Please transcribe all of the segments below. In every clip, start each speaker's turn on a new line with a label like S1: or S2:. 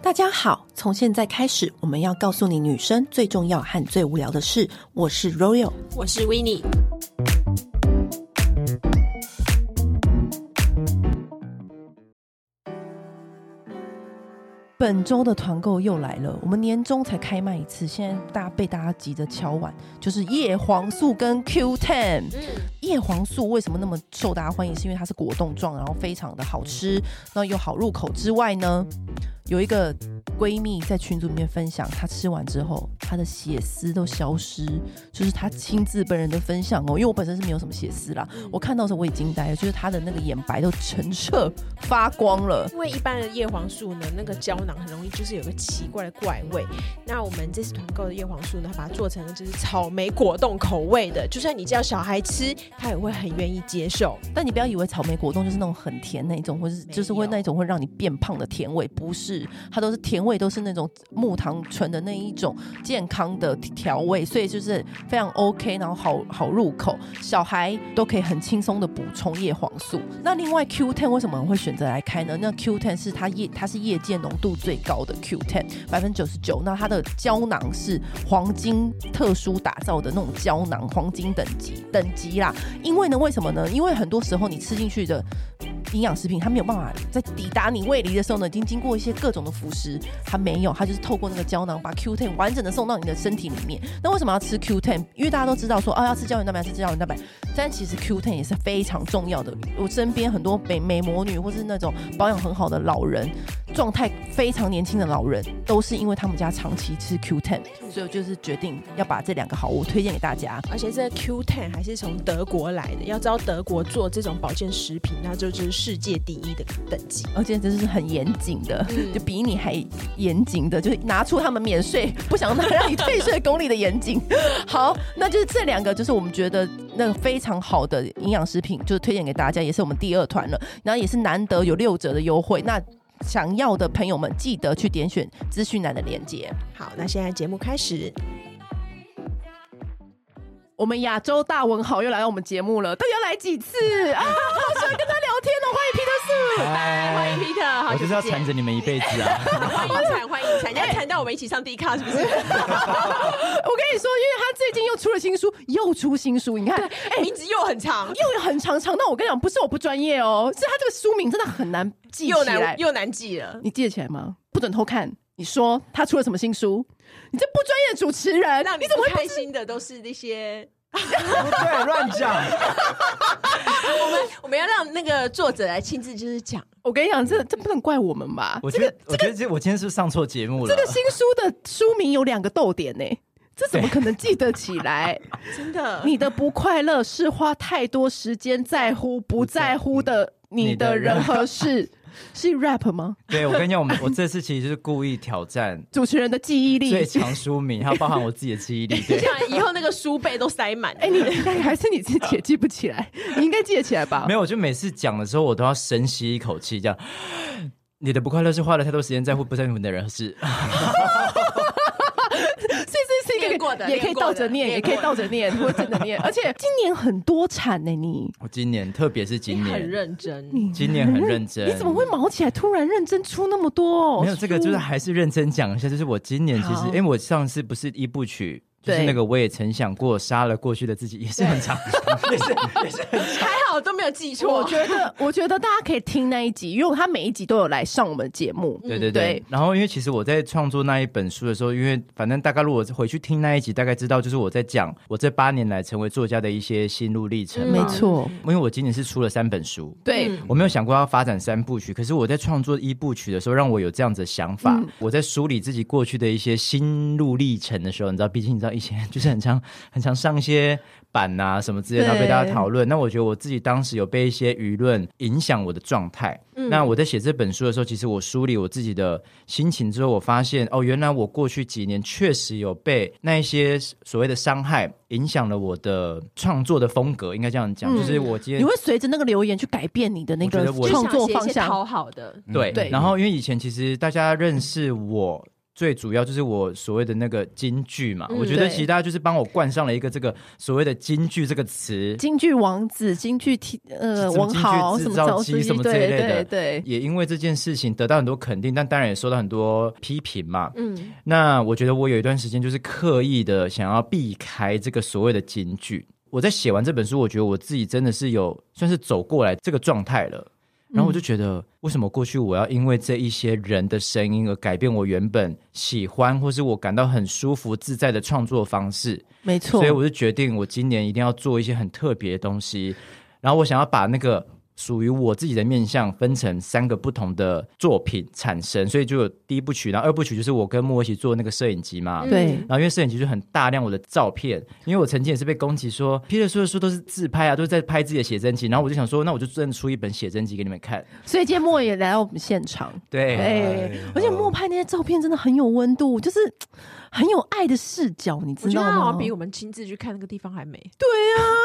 S1: 大家好，从现在开始，我们要告诉你女生最重要和最无聊的事。我是 Royal，
S2: 我是 w i n n i e
S1: 本周的团购又来了，我们年终才开卖一次，现在大家被大家急着敲碗，就是叶黄素跟 Q Ten。叶黄素为什么那么受大家欢迎？是因为它是果冻状，然后非常的好吃，然后又好入口之外呢，有一个闺蜜在群组里面分享，她吃完之后，她的血丝都消失，就是她亲自本人的分享哦。因为我本身是没有什么血丝啦，我看到的时候我也惊呆了，就是她的那个眼白都澄澈发光了。
S2: 因为一般的叶黄素呢，那个胶囊很容易就是有个奇怪的怪味。那我们这次团购的叶黄素呢，把它做成了就是草莓果冻口味的，就算你叫小孩吃，他也会很愿意接受。
S1: 但你不要以为草莓果冻就是那种很甜那一种，或是就是会那一种会让你变胖的甜味，不是，它都是甜味，都是那种木糖醇的那一种健康的调味，所以就是非常 OK，然后好好入口，小孩都可以很轻松的补充叶黄素。那另外 Q Ten 为什么会选择来开呢？那 Q Ten 是它业它是业界浓度最高的 Q Ten，百分之九十九。那它的胶囊是黄金特殊打造的那种胶囊，黄金等级等级啦。因为呢，为什么呢？因为很多时候你吃进去的营养食品，它没有办法在抵达你胃里的时候呢，已经经过一些各种的辅食，它没有，它就是透过那个胶囊把 Q ten 完整的送到你的身体里面。那为什么要吃 Q ten？因为大家都知道说，啊，要吃胶原蛋白，吃胶原蛋白，但其实 Q ten 也是非常重要的。我身边很多美美魔女或是那种保养很好的老人，状态非常年轻的老人，都是因为他们家长期吃 Q ten，所以我就是决定要把这两个好物推荐给大家。
S2: 而且这个 Q Ten 还是从德国来的，要知道德国做这种保健食品，那就是世界第一的等级。
S1: 而且这是很严谨的，
S2: 嗯
S1: 就比你还严谨的，就是拿出他们免税，不想让让你退税功力的严谨。 好，那就是这两个，就是我们觉得那个非常好的营养食品，就是推荐给大家，也是我们第二团了，然后也是难得有六折的优惠。那想要的朋友们，记得去点选资讯栏的链接。
S2: 好，那现在节目开始，
S1: 我们亚洲大文豪又来到我们节目了，到底要来几次啊？好想跟他聊天哦，欢迎皮特树。
S2: 嗨，欢迎 Peter，好
S3: 我
S2: 久
S3: 就是要
S2: 不见
S3: 缠。着你们一辈子啊！
S2: 欢迎参，欢 迎参，要参哎到我们一起上 D 卡是不 是？
S1: 我跟你说，因为他最近又出了新书，又出新书，你看，哎、
S2: 名字又很长，
S1: 又很长长。那我跟你讲，不是我不专业哦，是他这个书名真的很难记起
S2: 又
S1: 来
S2: 难。又难记了。
S1: 你记得起来吗？不准偷看。你说他出了什么新书？你这不专业的主持人，
S2: 让你
S1: 怎
S2: 不
S1: 么会
S2: 开心的都是那些。
S3: 不对，乱讲。
S2: 我们我们要让那个作者来亲自就是讲，
S1: 我跟你讲，这这不能怪我们吧？
S3: 我觉得，我觉得这我今天是不是上错节目
S1: 这
S3: 了
S1: 个。新书的书名有两个逗点呢、这怎么可能记得起来？
S2: 真的
S1: 你的不快乐是花太多时间在乎不在乎的你的人和事， 是 rap 吗？
S3: 对，我跟你讲，我们我这次其实就是故意挑战
S1: 主持人的记忆力
S3: 最强书名，还有包含我自己的记忆力。对
S2: 这，样以后那个书背都塞满。
S1: 哎、你 你还是你自己也记不起来，你应该记得起来吧？
S3: 没
S1: 有，
S3: 有，我就每次讲的时候，我都要深吸一口气，这样。你的不快乐是花了太多时间在乎不在乎你的人是，
S1: 所以这是一个
S2: 念过的
S1: 也可以
S2: 念过的
S1: 倒着念，也
S2: 念
S1: 可
S2: 过
S1: 以
S2: 的
S1: 倒着念，或正着念。而且今年很多产呢、你
S3: 我今年特别是今
S2: 你很
S3: 年，
S2: 认真，
S3: 今年很认真。
S1: 你怎么会毛起来？突然认真出那么多、
S3: 没有这个，就是还是认真讲一下，就是我今年其实，
S1: 好
S3: 因为我上次不是一部曲，就是
S1: 对
S3: 那个我也曾想过杀了过去的自己，也是很长，也是也是很
S2: 还好啊都没有记
S1: 我
S2: 错。
S1: 觉得，我觉得大家可以听那一集，因为他每一集都有来上我们节目。
S3: 对对
S1: 嗯对
S3: 对。然后因为其实我在创作那一本书的时候，因为反正大概如果回去听那一集，大概知道就是我在讲我这八年来成为作家的一些心路历程
S1: 没
S3: 嘛。
S1: 错，
S3: 因为我今年是出了三本书，
S1: 对。
S2: 嗯
S3: 我没有想过要发展三部曲，可是我在创作一部曲的时候，让我有这样子的想法。我在梳理自己过去的一些心路历程的时候，你知道，毕竟你知道以前 就是很常很常上一些版啊什么之类的，然后被
S1: 对
S3: 大家讨论。那我觉得我自己当时有被一些舆论影响我的状态。那我在写这本书的时候，其实我梳理我自己的心情之后，我发现哦，原来我过去几年确实有被那一些所谓的伤害影响了我的创作的风格，应该这样讲，就是我今天
S1: 你会随着那个留言去改变你的那个
S3: 我觉得我
S1: 创作方
S2: 就想写一些
S1: 向，
S2: 讨好的，
S3: 对
S1: 对
S3: 然后因为以前其实大家认识我。最主要就是我所谓的那个金句嘛，
S2: 嗯
S3: 我觉得
S1: 对
S3: 其实大家就是帮我冠上了一个这个所谓的金句这个词，
S1: 京剧王子、京剧体呃
S3: 什么
S1: 文豪
S3: 京剧
S1: 什么
S3: 制造
S1: 赵
S3: 机
S1: 书记
S3: 什么之
S1: 对
S3: 类的
S1: 对对，
S3: 也因为这件事情得到很多肯定，但当然也受到很多批评嘛。
S2: 嗯，
S3: 那我觉得我有一段时间就是刻意的想要避开这个所谓的金句。我在写完这本书，我觉得我自己真的是有算是走过来这个状态了。然后我就觉得，为什么过去我要因为这一些人的声音而改变我原本喜欢或是我感到很舒服自在的创作方式？
S1: 没错
S3: 所以。我就决定，我今年一定要做一些很特别的东西。然后我想要把那个属于我自己的面向分成三个不同的作品产生，所以就有第一部曲，然后二部曲就是我跟莫一起做那个摄影集嘛。
S1: 对
S3: 然后因为摄影集就很大量我的照片，因为我曾经也是被攻击说，Peter 说的书都是自拍啊，都是在拍自己的写真集。然后我就想说，那我就真的出一本写真集给你们看。
S1: 所以今天莫也来到我们现场，
S3: 对，
S2: 哎
S1: 对，
S2: 哦
S1: 而且莫拍那些照片真的很有温度，就是很有爱的视角，你
S2: 我
S1: 知
S2: 觉
S1: 道
S2: 得它好
S1: 吗啊
S2: 像？比我们亲自去看那个地方还美。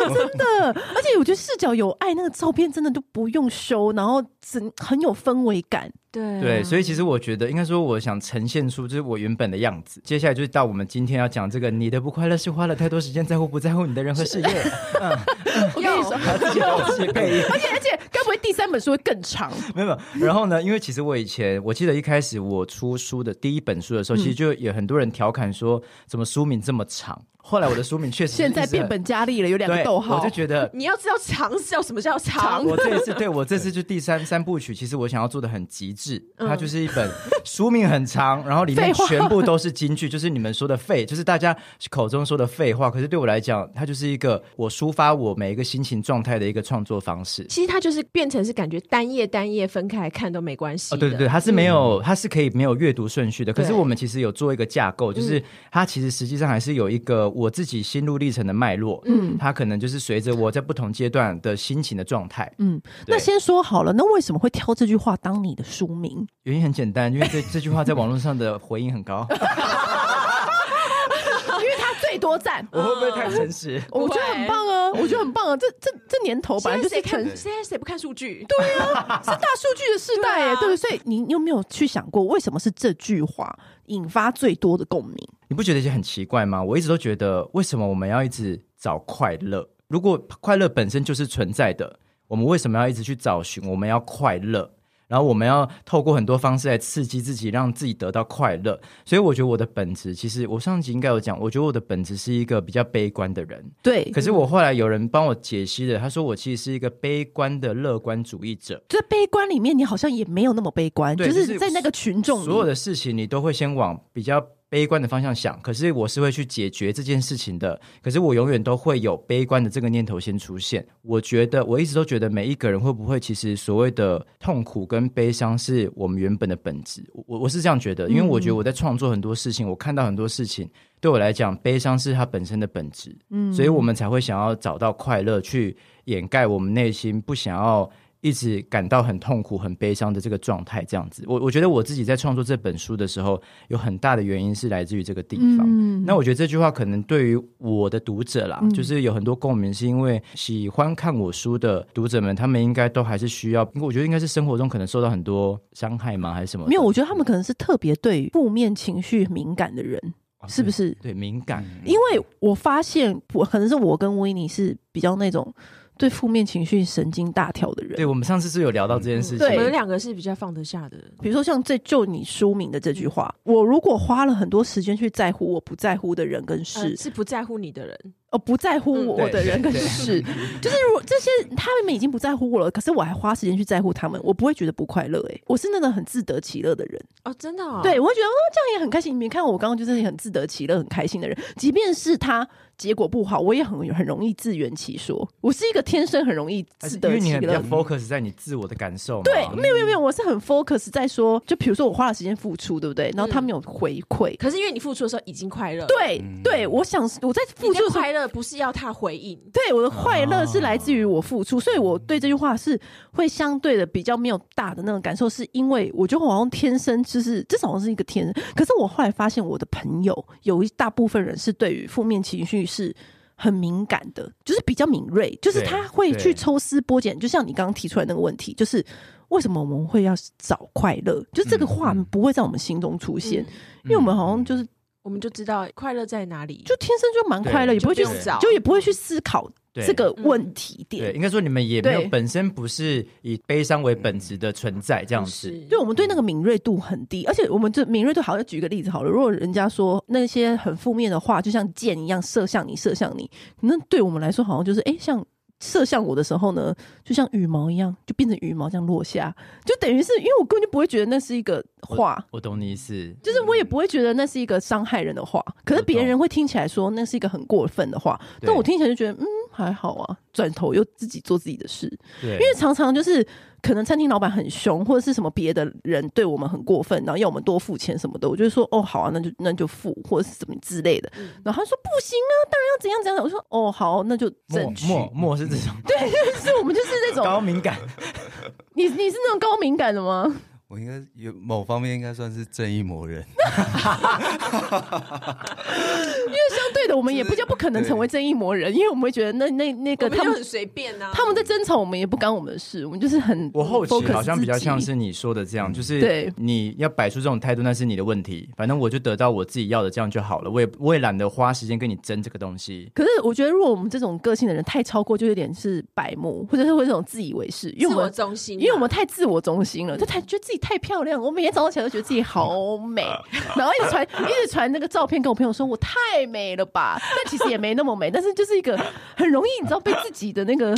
S1: 真的， 而且我觉得视角有爱，那个照片真的都不用修，然后整很有氛围 感。
S2: 对
S3: 对，所以其实我觉得，应该说，我想呈现出就是我原本的样子。接下来就是到我们今天要讲这个，你的不快乐是花了太多时间在乎不在乎你的人和事业。
S1: 我跟你说，
S3: 他自己帮我自己配音，
S1: 而且而且，该不会第三本书会更 长？
S3: 没有。没有然后呢，因为其实我以前，我记得一开始我出书的第一本书的
S1: 嗯
S3: 时候，其实就有很多人调侃说，怎么书名这么长？后来我的书名确实是
S1: 现在
S3: 一直
S1: 变
S3: 很
S1: 本加厉了，有两个
S3: 对
S1: 逗号。
S3: 我就觉得
S2: 你要知道长是要什么叫长，
S3: 我这一 次对我这次就第三三部曲，其实我想要做的很极致，
S2: 嗯
S3: 它就是一本书名很长，然后里
S1: 废
S3: 面
S1: 话
S3: 全部都是金句，就是你们说的废，就是大家口中说的废话。可是对我来讲，它就是一个我抒发我每一个心情状态的一个创作方式。
S2: 其实它就是变成是感觉单页单页分开来看都没关系
S3: 哦，
S2: 的。嗯
S3: 对对对，它是没有，它是可以没有阅读顺序的。可是
S2: 对嗯
S3: 我们其实有做一个架构，就是它其实实际上还是有一个我自己心路历程的脉络。嗯，它可能就是随着我在不同阶段的心情的状态。
S1: 嗯，那
S3: 对
S1: 先说好了，那为什么会挑这句话当你的书 名？
S3: 原因很简单，因为这 这句话在网络上的回应很高。
S1: 因为它最多 赞。
S3: 我会不会太诚实？
S1: 我觉得很棒啊，我觉得很棒啊，这这这年头本
S2: 现
S1: 来
S2: 在
S1: 就
S2: 谁
S1: 是
S2: 看
S1: 成？
S2: 现在谁不看数据？
S1: 是大数据的时代耶，
S2: 对啊
S1: 对不对？所以你你有没有去想过，为什么是这句话引发最多的共鸣？
S3: 你不觉得也很奇怪吗？我一直都觉得，为什么我们要一直找快乐？如果快乐本身就是存在的，我们为什么要一直去找寻？我们要快乐，然后我们要透过很多方式来刺激自己，让自己得到快乐。所以我觉得我的本质，其实我上集应该有讲，我觉得我的本质是一个比较悲观的人。
S1: 对，
S3: 可是我后来有人帮我解析了，他说我其实是一个悲观的乐观主义者。
S1: 在悲观里面，你好像也没有那么悲观，
S3: 对
S1: 就
S3: 就是是
S1: 在那个群众里，
S3: 所有的事情你都会先往比较悲观的方向想，可是我是会去解决这件事情的，可是我永远都会有悲观的这个念头先出现。我觉得我一直都觉得每一个人会不会其实所谓的痛苦跟悲伤是我们原本的本质，我我我是这样
S1: 嗯
S3: 觉得，因为我觉得我在创作很多事情，我看到很多事情。对我来讲，悲伤是它本身的本质，嗯，所以我们才会想要找到快乐去掩盖我们内心不想要一直感到很痛苦、很悲伤的这个状态，这样子。我我觉得我自己在创作这本书的时候，有很大的原因是来自于这个地方。
S1: 嗯
S3: 那我觉得这句话可能对于我的读者啦，就是有很多共鸣，是因为喜欢看我书的读者们，他们应该都还是需要，因为我觉得应该是生活中可能受到很多伤害吗，还是什么的？
S1: 没有，我觉得他们可能是特别对负面情绪敏感的人，
S3: 哦，
S1: 是不
S3: 对？
S1: 是？
S3: 对，敏感。
S1: 因为我发现，我可能是我跟维尼是比较那种对负面情绪神经大条的人
S3: 对，。我们上次是有聊到这件事情，
S2: 我
S1: 对
S2: 们两个是比较放得下的。
S1: 比如说像这就你书名的这句话，我如果花了很多时间去在乎我不在乎的人跟
S2: 呃
S1: 事，
S2: 是不在乎你的人，
S1: 哦，不在乎
S2: 嗯
S1: 我的人跟
S3: 对
S1: 事，就是如果这些他们已经不在乎我了，可是我还花时间去在乎他们，我不会觉得不快乐。哎，我是那种很自得其乐的人，
S2: 哦，真的、哦，
S1: 对我会觉得哦，这样也很开心。你没看我刚刚就是很自得其乐、很开心的人，即便是他结果不好，我也很很容易自圆其说。我是一个天生很容易
S3: 还
S1: 自
S3: 是因
S1: 得
S3: 为你
S1: 其
S3: 很比啊
S1: 乐
S3: 较。focus 在你自我的感受嘛，
S1: 对，没有没有没有，我是很 focus 在说，就比如说我花了时间付出，对不对？然后他
S3: 嗯
S1: 们有回馈，
S2: 可是因为你付出的时候已经快乐，，
S1: 对对，我想我在付出
S2: 你的
S1: 的时候
S2: 快乐不是要他回应，
S1: 对我的快乐是来自于我付出，所以我对这句话是会相对的比较没有大的那种感受，是因为我觉得我好像天生就是这好像是一个天生，可是我后来发现我的朋友有一大部分人是对于负面情绪是很敏感的，就是比较敏锐，就是
S3: 对
S1: 他会去
S3: 对
S1: 抽丝剥茧。就像你刚刚提出来那个问题，就是为什么我们会要找快乐？就这个
S3: 嗯
S1: 话
S3: 嗯
S1: 不会在我们心中出现，因为我们好像就是
S2: 我们就知道快乐在哪里，
S1: 就天生就蛮快乐，
S3: 对
S1: 也不会去
S2: 就不用找
S1: 就也不会去思考
S3: 啊对
S1: 这个问题点
S3: 对，。应该说你们也没有
S1: 对
S3: 本身不是以悲伤为本质的存在这样子。
S1: 对，我们对那个敏锐度很低，而且我们这敏锐度好像举个例子好了，如果人家说那些很负面的话，就像箭一样射向你，射向你，那对我们来说好像就是，哎，像射向我的时候呢，就像羽毛一样，就变成羽毛这样落下，就等于是因为我根本就不会觉得那是一个话。
S3: 我懂你意思，
S1: 就是我也不会觉得那是一个伤害人的话，可是别人会听起来说那是一个很过分的话，
S3: 对
S1: 但我听起来就觉得嗯还好啊，转头又自己做自己的事。
S3: 对，因
S1: 因为常常就是可能餐厅老板很凶，或者是什么别的人对我们很过分，然后要我们多付钱什么的，我就说哦好啊，那就那就付，或者是什么之类的。然后他说不行啊，当然要怎样怎样。我说哦好，那就争取。
S3: 莫莫是这种
S1: 对， 就是我们就是那
S3: 高
S1: 种，
S3: 敏感，
S1: 你你是那种高敏感的吗？
S4: 我应该有某方面应该算是正义魔人，
S1: 相对的，我们也
S4: 就
S1: 不
S4: 是
S1: 叫不可能成为正义魔人，因为我们会觉得那那那
S2: 我
S1: 个
S2: 们
S1: 他
S2: 就
S1: 们
S2: 很随便呐、啊。
S1: 他们在争吵，我们也不干我们的事，我们就是很
S3: 我后期
S1: focus
S3: 好像比较
S1: 自己
S3: 像是你说的这样，就是
S1: 对
S3: 你要摆出这种态度，那是你的问题。反正我就得到我自己要的，这样就好了。我也我也懒得花时间跟你争这个东西。
S1: 可是我觉得，如果我们这种个性的人太超过，就有点是白目，或者是会这种自以为是，因为
S2: 自
S1: 我
S2: 我
S1: 们
S2: 中心啊、
S1: 因为我们太自我中心了，就太觉得自己太漂亮，我每天早上起来都觉得自己好 美，然后一直传一直传那个照片跟我朋友说我太美了 吧，但其实也没那么美，但是就是一个很容易你知道被自己的那个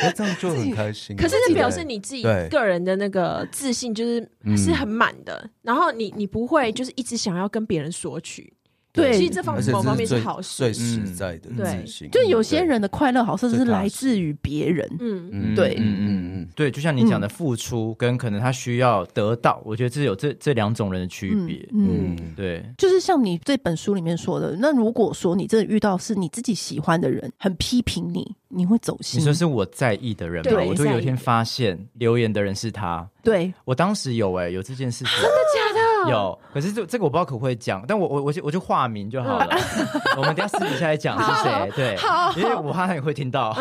S4: 那这样就很开心啊。
S2: 可是那
S4: 对
S2: 表示你自己
S4: 对
S2: 个人的那个自信就是是很满的，然后你你不会就是一直想要跟别人索取，
S1: 对
S2: 其实这方
S4: 而且
S2: 某方
S4: 这
S2: 面
S4: 是
S2: 是
S4: 最
S2: 好事
S4: 最，实在的
S2: 对
S4: 自信。
S1: 就是有些人的快乐好像是
S4: 这大
S1: 来自于别人，
S2: 嗯，
S4: 嗯
S1: 对
S3: 嗯嗯嗯，对，就像你讲的，付出跟可能他需要得到，我觉得这有这这两种人的区别。
S1: 嗯。
S4: 嗯，
S3: 对，
S1: 就是像你这本书里面说的，那如果说你真的遇到是你自己喜欢的人，很批评你，你会走心
S3: 你。说是我在意的人吧？
S2: 对
S3: 我就
S2: 在意
S3: 有一天发现留言的人是他，
S1: 对，
S3: 我当时有哎、有这件事情，真的假的？有，可是这这个我不知道可不可以讲，但我我我就我就化名就好了。我们等一下私底下来讲是谁，对，因为我怕他也会听到。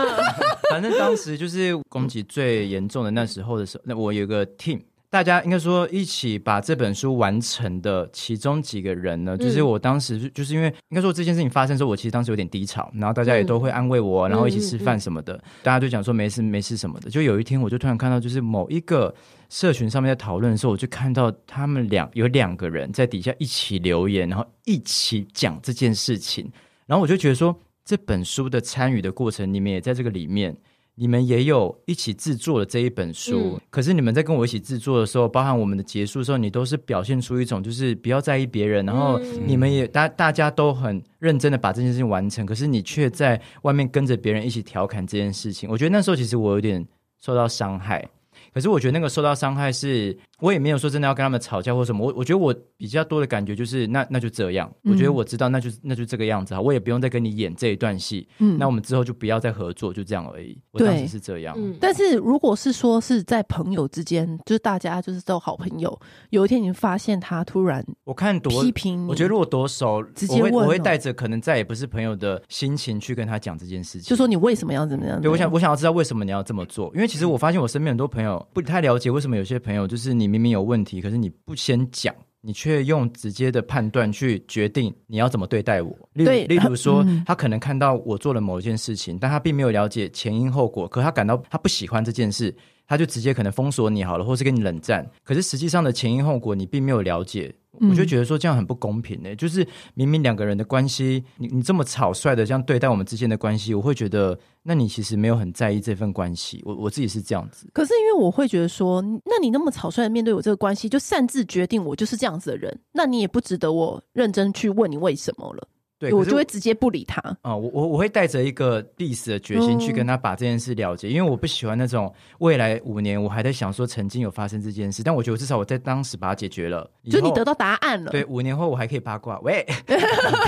S3: 反正当时就是攻击最严重的那时候的时候，那我有一个 team。大家应该说一起把这本书完成的其中几个人呢，就是我当时就就是因为应该说这件事情发生之后，我其实当时有点低潮，然后大家也都会安慰我，然后一起吃饭什么的，大家就讲说没事没事什么的。就有一天我就突然看到，就是某一个社群上面在讨论的时候，我就看到他们两有两个人在底下一起留言，然后一起讲这件事情，然后我就觉得说，这本书的参与的过程，你们也在这个里面。你们也有一起制作的这一本书，
S2: 嗯
S3: 可是你们在跟我一起制作的时候，包含我们的结束的时候，你都是表现出一种就是不要在意别人，然后你们
S1: 嗯
S3: 也大大家都很认真的把这件事情完成，可是你却在外面跟着别人一起调侃这件事情。我觉得那时候其实我有点受到伤害，可是我觉得那个受到伤害是，我也没有说真的要跟他们吵架或什么。我我觉得我比较多的感觉就是，那那就这样。
S1: 嗯
S3: 我觉得我知道，那就那就这个样子啊，我也不用再跟你演这一段戏。
S1: 嗯
S3: 那我们之后就不要再合作，就这样而已。我当时是这样，
S2: 嗯
S1: 但是如果是说是在朋友之间，就是大家就是都好朋友，有一天你发现他突然
S3: 我看多。
S1: 批评你，
S3: 我觉得如果多熟，
S1: 直接
S3: 我会
S1: 问哦
S3: 我会带着可能再也不是朋友的心情去跟他讲这件事情。
S1: 就说你为什么要怎么样？嗯
S3: 对，我想
S1: 问，
S3: 我想要知道为什么你要这么做，因为其实我发现我身边很多朋友不太了解为什么有些朋友就是你明明有问题，可是你不先讲，你却用直接的判断去决定你要怎么对待我。例如
S1: 对
S3: 例如说，
S1: 嗯
S3: 他可能看到我做了某一件事情，但他并没有了解前因后果，可他感到他不喜欢这件事。他就直接可能封锁你好了，或是跟你冷战。可是实际上的前因后果你并没有了解，
S1: 嗯
S3: 我就觉得说这样很不公平呢、就是明明两个人的关系，你你这么草率的这样对待我们之间的关系，我会觉得，那你其实没有很在意这份关系。我我自己是这样子，
S1: 可是因为我会觉得说，那你那么草率的面对我这个关系，就擅自决定我就是这样子的人，那你也不值得我认真去问你为什么了，
S3: 对，
S1: 我
S3: 可是
S1: 就会直接不理他。
S3: 啊、我我我会带着一个历史的决
S1: 哦
S3: 心去跟他把这件事了解，因为我不喜欢那种未来五年我还在想说曾经有发生这件事，但我觉得至少我在当时把它解决了，
S1: 就
S3: 以后
S1: 你得到答案了，
S3: 对五年后我还可以八卦，喂，
S2: 可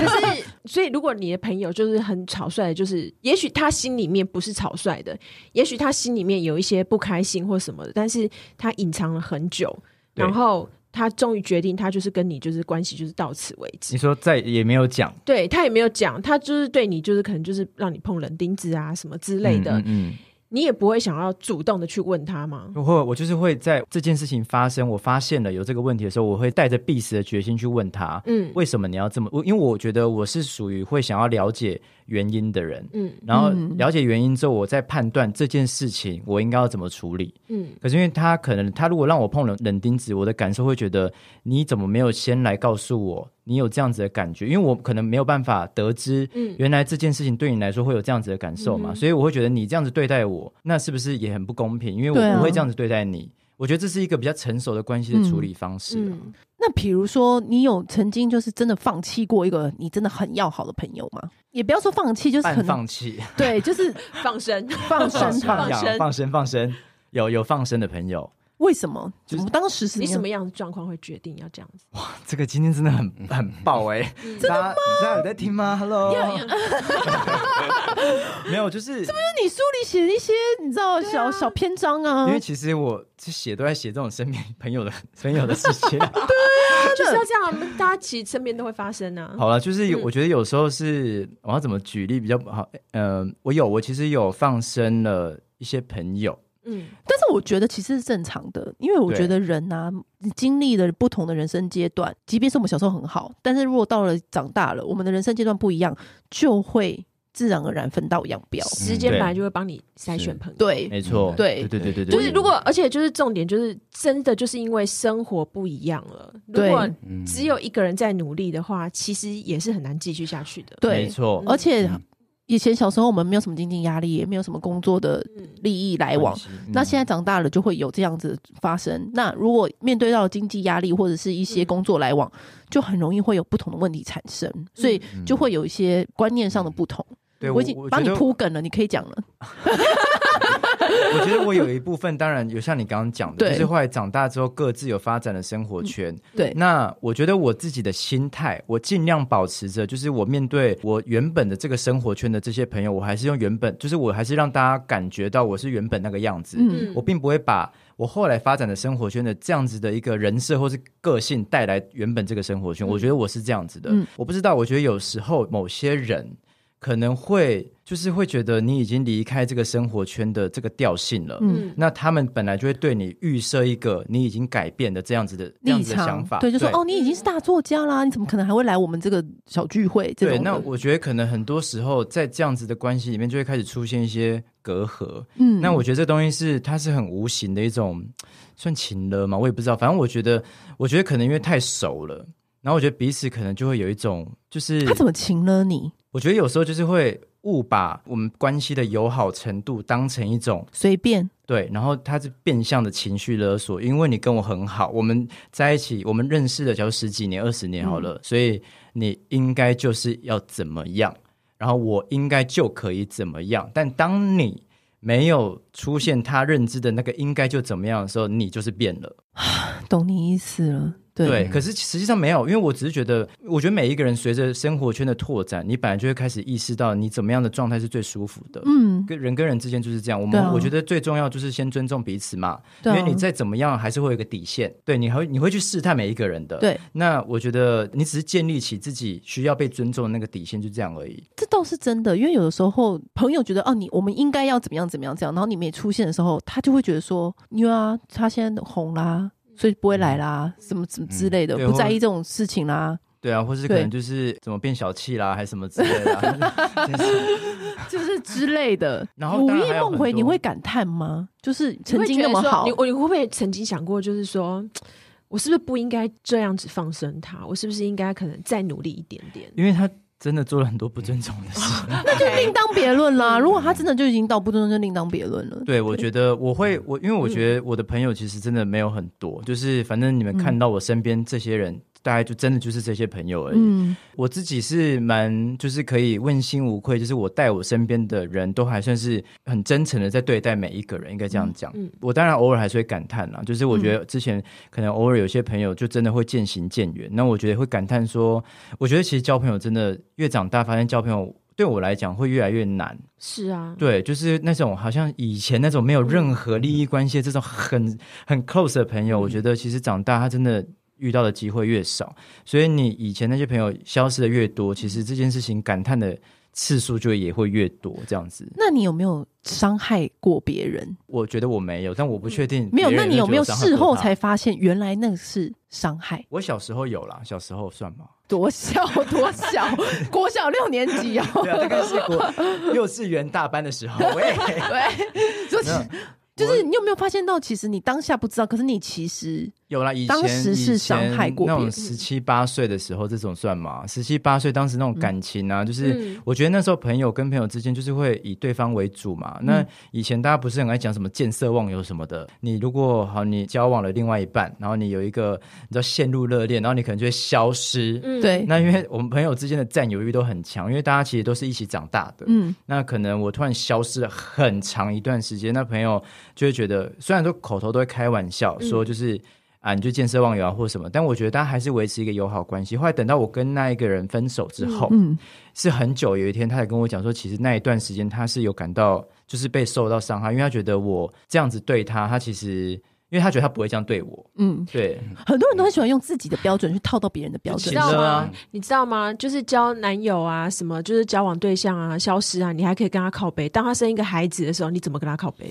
S2: 是，所以如果你的朋友就是很草率的，就是也许他心里面不是草率的，也许他心里面有一些不开心或什么的，但是他隐藏了很久，
S3: 对
S2: 然后他终于决定，他就是跟你就是关系就是到此为止
S3: 你。说再也没有讲
S2: 对他也没有讲，他就是对你就是可能就是让你碰冷钉子啊什么之类的，
S3: 嗯嗯
S2: 你也不会想要主动的去问他吗？
S3: 嗯，或我就是会在这件事情发生，我发现了有这个问题的时候，我会带着必死的决心去问他，
S2: 嗯
S3: 为什么你要这么？我因为我觉得我是属于会想要了解原因的人，
S2: 嗯
S3: 然后了解原因之后，我再判断这件事情我应该要怎么处理。
S2: 嗯
S3: 可是因为他可能他如果让我碰冷冷钉子，我的感受会觉得你怎么没有先来告诉我你有这样子的感觉？因为我可能没有办法得知
S2: 嗯
S3: 原来这件事情对你来说会有这样子的感受嘛，
S2: 嗯哼
S3: 所以我会觉得你这样子对待我，那是不是也很不公平？因为
S1: 对
S3: 我
S1: 啊
S3: 不会这样子对待你。我觉得这是一个比较成熟的关系的处理方式、啊。
S2: 嗯，
S1: 那比如说，你有曾经就是真的放弃过一个你真的很要好的朋友吗？也不要说放弃，就是
S3: 半
S1: 很
S3: 放弃，
S1: 对，就是
S2: 放生，
S1: 放 生
S3: 放
S1: 他。
S2: 生
S3: 养放生放生，有有放生的朋友，
S1: 为什么？
S3: 就
S1: 怎
S3: 是
S1: 么当时是
S2: 你
S1: 那样
S2: 什么样的状况会决定要这样子？
S3: 这个今天真的很很爆哎、欸！大家你知道有在听吗？Hello，没有，就是
S1: 那你书里写的一些你知道小、小篇章啊
S3: 因为，其实我这写都在写这种身边朋友的 朋友的事情。
S2: 就是要这样，我们大家其实身边都会发生啊。
S3: 好了，就是有
S2: 嗯
S3: 我觉得有时候是我要怎么举例比较好？呃，我有，我其实有放生了一些朋友，
S2: 嗯
S1: 但是我觉得其实是正常的，因为我
S3: 对
S1: 觉得人呐、你经历了不同的人生阶段，即便是我们小时候很好，但是如果到了长大了，我们的人生阶段不一样，就会自然而然分道扬镳。
S2: 时间
S3: 嗯对
S2: 本来就会帮你筛选朋友。
S1: 对，
S3: 没错，
S1: 对
S3: 对对对对，
S2: 就是如果，而且就是重点，就是真的就是因为生活不一样了。如果
S1: 对
S4: 嗯
S2: 只有一个人在努力的话，其实也是很难继续下去的。
S3: 没
S1: 对，
S3: 错，
S1: 而且
S3: 嗯
S1: 以前小时候我们没有什么经济压力，也没有什么工作的
S2: 嗯，
S1: 利益来往
S3: 关。系嗯
S1: 那现在长大了就会有这样子发生。那如果面对到经济压力或者是一些
S2: 嗯
S1: 工作来往，就很容易会有不同的问题产生，所以
S4: 嗯
S1: 就会有一些观念上的不同。
S3: 嗯对
S1: 我
S3: 我
S1: 已经
S3: 我
S1: 帮你
S3: 觉得嗯
S1: 铺梗了，你可以讲了。
S3: 我觉得我有一部分，当然有像你刚刚讲的，
S1: 对
S3: 就是后来长大之后各自有发展的生活圈。
S1: 对，
S3: 那我觉得我自己的心态，我尽量保持着，就是我面对我原本的这个生活圈的这些朋友，我还是用原本，就是我还是让大家感觉到我是原本那个样子。
S1: 嗯，
S3: 我并不会把我后来发展的生活圈的这样子的一个人设或是个性带来原本这个生活圈。我觉得我是这样子的，
S1: 嗯
S3: 我不知道，我觉得有时候某些人可能会就是会觉得你已经离开这个生活圈的这个调性了。
S1: 嗯
S3: 那他们本来就会对你预设一个你已经改变的这样子的这样
S1: 立
S3: 子的
S1: 场
S3: 想法，
S1: 对，就说哦，你已经是大作家啦，你怎么可能还会来我们这个小聚会？这
S3: 对，
S1: 种的
S3: 那我觉得可能很多时候在这样子的关系里面，就会开始出现一些隔阂。
S1: 嗯
S3: 那我觉得这东西是它是很无形的一种算情了嘛，我也不知道。反正我觉得，我觉得可能因为太熟了，然后我觉得彼此可能就会有一种，就是
S1: 他怎么请了你？
S3: 我觉得有时候就是会误把我们关系的友好程度当成一种
S1: 随便，
S3: 对，然后它是变相的情绪勒索，因为你跟我很好，我们在一起，我们认识了，假如十几年、二十年好
S1: 嗯
S3: 了，所以你应该就是要怎么样，然后我应该就可以怎么样。但当你没有出现他认知的那个应该就怎么样的时候，你就是变了。
S1: 懂你意思了。
S3: 对，
S1: 嗯
S3: 可是实际上没有，因为我只是觉得，我觉得每一个人随着生活圈的拓展，你本来就会开始意识到你怎么样的状态是最舒服的。
S1: 嗯，
S3: 跟人跟人之间就是这样，我们、
S1: 对啊
S3: 我觉得最重要就是先尊重彼此嘛，
S1: 对啊
S3: 因为你再怎么样还是会有一个底线，对，你还会你会去试探每一个人的。，
S1: 对，
S3: 那我觉得你只是建立起自己需要被尊重的那个底线，就这样而已。
S1: 这倒是真的，因为有的时候朋友觉得哦，你我们应该要怎么样怎么样这样，然后你没出现的时候，他就会觉得说，因为啊，他现在红啦，所以不会来啦，什么什么之类的，
S3: 嗯对
S1: 不在意这种事情啦，
S3: 对啊，或是可
S1: 对
S3: 能就是怎么变小气啦，还是什么之类的啊。真是
S1: 就是之类的。
S3: 然后
S1: 午
S3: 当然还
S1: 夜
S3: 有
S1: 梦回，
S3: 很多
S1: 你会感叹吗？就是曾经那么
S2: 你会觉得说
S1: 好
S2: 你，我你会不会曾经想过，就是说我是不是不应该这样子放生他？我是不是应该可能再努力一点点？
S3: 因为他真的做了很多不尊重的 事。
S2: 那就
S1: 另当别论啦。如果他真的就已经到不尊重，就另当别论了。
S3: 对，我觉得我会我，因为我觉得我的朋友其实真的没有很多，就是反正你
S1: 嗯
S3: 们看到我身边这些人，大概就真的就是这些朋友而已。
S1: 嗯，
S3: 我自己是蛮就是可以问心无愧，就是我带我身边的人都还算是很真诚的在对待每一个人，应该这样讲。
S2: 嗯嗯
S3: 我当然偶尔还是会感叹啦，就是我觉得之前可能偶尔有些朋友就真的会渐行渐远，那我觉得会感叹说，我觉得其实交朋友真的越长大，发现交朋友对我来讲会越来越难。
S2: 是啊，
S3: 对，就是那种好像以前那
S2: 嗯
S3: 种没有任何利益关系的这种很很 close 的朋友，我觉得其实长大他真的遇到的机会越少，所以你以前那些朋友消失的越
S1: 嗯
S3: 多，其实这件事情感叹的次数就也会越多。这样子，
S1: 那你有没有伤害过别人？
S3: 我觉得我没有，但我不确定、
S1: 没有，那你有没有
S3: 别人觉得
S1: 事
S3: 我伤害过
S1: 后
S3: 他
S1: 才？发现原来那个是伤害？
S3: 我小时候有啦，小时候算吗？
S1: 多小多小，国小六年级哦。
S3: 对啊，大概是我 幼稚园大班的时候，喂，
S1: 对，就是
S3: 没
S1: 就是，你有没有发现到，其实你当下不知道，可是你其实
S3: 有啦，以前
S1: 当时是
S3: 以前
S1: 伤害过别
S3: 那
S1: 人
S3: 种十七八岁的时候，这种算吗？十七八岁当时那种感情
S1: 嗯
S3: 啊，就是我觉得那时候朋友跟朋友之间就是会以对方为主嘛。
S1: 嗯
S3: 那以前大家不是很爱讲什么见色忘友什么的。你如果好，你交往了另外一半，然后你有一个你知道陷入热恋，然后你可能就会消失。
S2: 嗯
S1: 对，
S3: 那因为我们朋友之间的占有欲都很强，因为大家其实都是一起长大的。
S1: 嗯，
S3: 那可能我突然消失了很长一段时间，那朋友就会觉得，虽然说口头都会开玩笑
S1: 嗯
S3: 说就是、啊，你就见色忘友啊或什么，但我觉得大家还是维持一个友好关系。后来等到我跟那一个人分手之后，
S1: 嗯
S3: 是很久有一天他才跟我讲说，其实那一段时间他是有感到就是被受到伤害，因为他觉得我这样子对他，他其实因为他觉得他不会这样对我，
S1: 嗯，
S3: 对，
S1: 很多人都很喜欢用自己的标准去套到别人的标
S2: 知
S1: 准
S3: 情
S2: 道。
S3: 热
S2: 吗
S3: 啊？
S2: 你知道吗？就是交男友啊，什么就是交往对象啊，消失啊，你还可以跟他靠背。当他生一个孩子的时候，你怎么跟他靠背？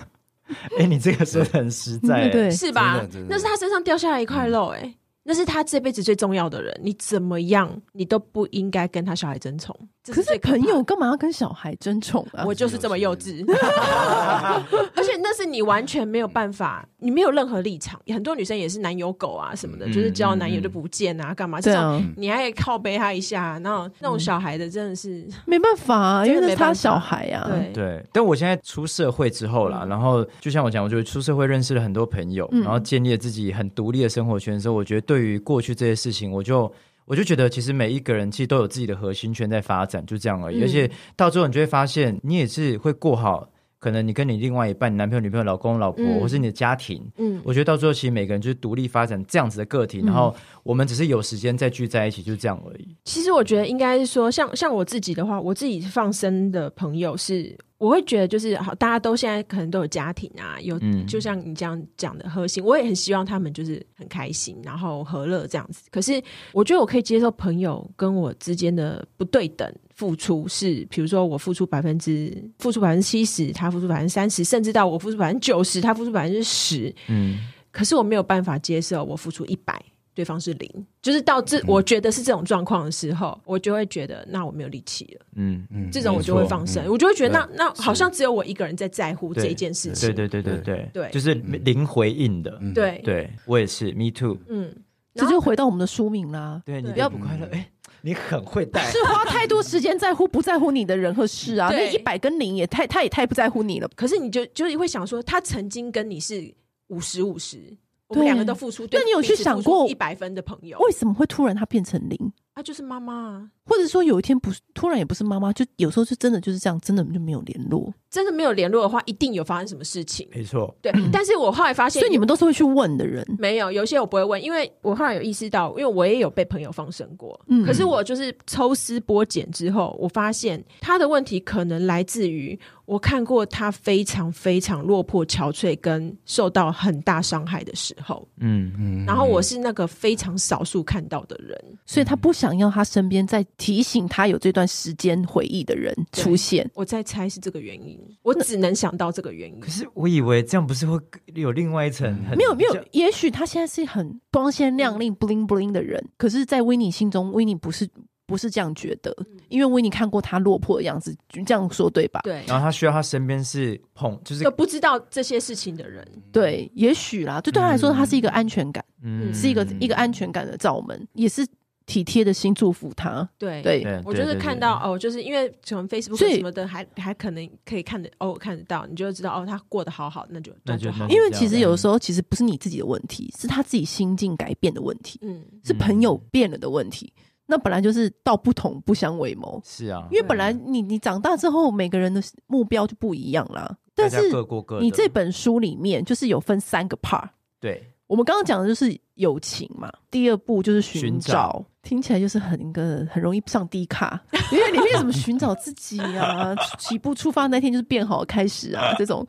S3: 哎、你这个说的很实在、
S1: 对对
S2: 是吧
S4: 真的真？的
S2: 那是他身上掉下来一块肉、哎、那是他这辈子最重要的人，你怎么样，你都不应该跟他小孩争宠。这
S1: 可
S2: 最
S1: 是
S2: 可怕
S1: 朋
S2: 的
S1: 友干嘛要跟小孩争宠啊？
S2: 我就是这么幼稚， 而且那是你完全没有办法，你没有任何立场。很多女生也是男友狗啊什么的，
S3: 嗯
S2: 就是交男友就不见啊，干嘛这
S1: 对
S2: 种。
S1: 啊，嗯
S2: 你还靠背他一下，那种那种小孩的真的是，
S1: 没办法啊，因为那是他小孩啊。
S2: 对
S3: 对，但我现在出社会之后
S2: 嗯
S3: 啦，然后就像我讲，我觉得出社会认识了很多朋友，
S1: 嗯
S3: 然后建立了自己很独立的生活圈的时候，我觉得对于过去这些事情，我就。我就觉得，其实每一个人其实都有自己的核心圈在发展，就这样而已。
S2: 嗯
S3: 而且到最后，你就会发现，你也是会过好，可能你跟你另外一半，你男朋友、女朋友、老公、老婆，
S2: 嗯
S3: 或是你的家庭。
S2: 嗯，
S3: 我觉得到最后，其实每个人就是独立发展这样子的个体，然后我们只是有时间再聚在一起，就这样而已。
S2: 其实我觉得应该是说，像像我自己的话，我自己放生的朋友是，我会觉得就是好，大家都现在可能都有家庭啊，有、
S3: 嗯
S2: 就像你这样讲的核心，我也很希望他们就是很开心，然后和乐这样子。可是我觉得我可以接受朋友跟我之间的不对等。付出是，比如说我付出百分之付出百分之七十，他付出百分之三十，甚至到我付出百分之九十，他付出百分之十。
S3: 嗯，
S2: 可是我没有办法接受我付出一百，对方是零，就是到这
S1: 嗯
S2: 我觉得是这种状况的时候，我就会觉得那我没有力气了，
S3: 嗯，
S4: 嗯
S2: 这种我就
S3: 没
S2: 会
S3: 错
S2: 放生，
S4: 嗯
S2: 我就会觉得那
S4: 对
S2: 那好像只有我一个人在在乎
S3: 对
S2: 这件事情
S3: 对，对对对对
S2: 对嗯
S3: 就是零回应的。
S4: 嗯
S2: 对
S3: 对我也是，me too。
S2: 嗯，
S1: 这就回到我们的书名啦。
S3: 对你
S2: 对
S3: 不要不快乐，哎，你很会带。
S1: 嗯是花太多时间在乎不在乎你的人和事啊，
S2: 对
S1: 那一百跟零也太他也太不在乎你了吧。
S2: 可是你就就是会想说，他曾经跟你是五十五十。我们
S1: 对
S2: 两个都付出，
S1: 那你有去想过
S2: 一百分的朋友？
S1: 为什么会突然他变成零？
S2: 他就是妈妈啊，
S1: 或者说有一天不是突然也不是妈妈，就有时候就真的就是这样，真的就没有联络。
S2: 真的没有联络的话，一定有发生什么事情。
S3: 没错，
S2: 对，但是我后来发
S1: 嗯
S2: 现，
S1: 所以你们都是会去问的人，
S2: 没有，有些我不会问，因为我后来有意识到，因为我也有被朋友放生过。
S1: 嗯
S2: 可是我就是抽丝剥茧之后，我发现他的问题可能来自于我看过他非常非常落魄、憔悴跟受到很大伤害的时候，
S3: 嗯，
S4: 嗯
S2: 然后我是那个非常少数看到的人。
S1: 所以他不想要他身边在提醒他有这段时间回忆的人
S2: 对
S1: 出现。
S2: 我在猜是这个原因，我只能想到这个原因
S3: 可。是我以为这样不是会有另外一层很
S1: 嗯没有没有，也许他现在是很光鲜亮丽、bling bling 的人，可是，在维尼心中，维尼不是不是这样觉得，因为维尼看过他落魄的样子，就这样说对吧？
S2: 对，
S3: 然后他需要他身边是捧，就是
S2: 就不知道这些事情的人，
S1: 对，也许啦，就对他来说，
S3: 嗯
S1: 他是一个安全感，
S3: 嗯
S1: 是一个一个安全感的罩门，也是体贴的心祝福他。
S2: 对
S1: 对，
S3: 对
S2: 我就是看到哦，就是因为可能 Facebook
S1: 所以
S2: 什么的还还可能可以看得哦看得到，你就会知道哦他过得好好，那就
S3: 那就
S2: 就好
S3: 那。
S1: 因为其实有的时候，其实不是你自己的问题，是他自己心境改变的问题，
S2: 嗯，
S1: 是朋友变了的问题。那本来就是道不同不相为谋，
S3: 是啊，
S1: 因为本来你你长大之后，每个人的目标就不一样啦。但
S3: 大
S1: 是
S3: 家各过各的，
S1: 你这本书里面就是有分三个 part，
S3: 对
S1: 我们刚刚讲的就是友情嘛，第二步就是寻找，
S3: 寻找
S1: 听起来就是很一个很容易上低卡，因为里面有什么寻找自己啊， 起步出发那 天就是变好的开始啊，这种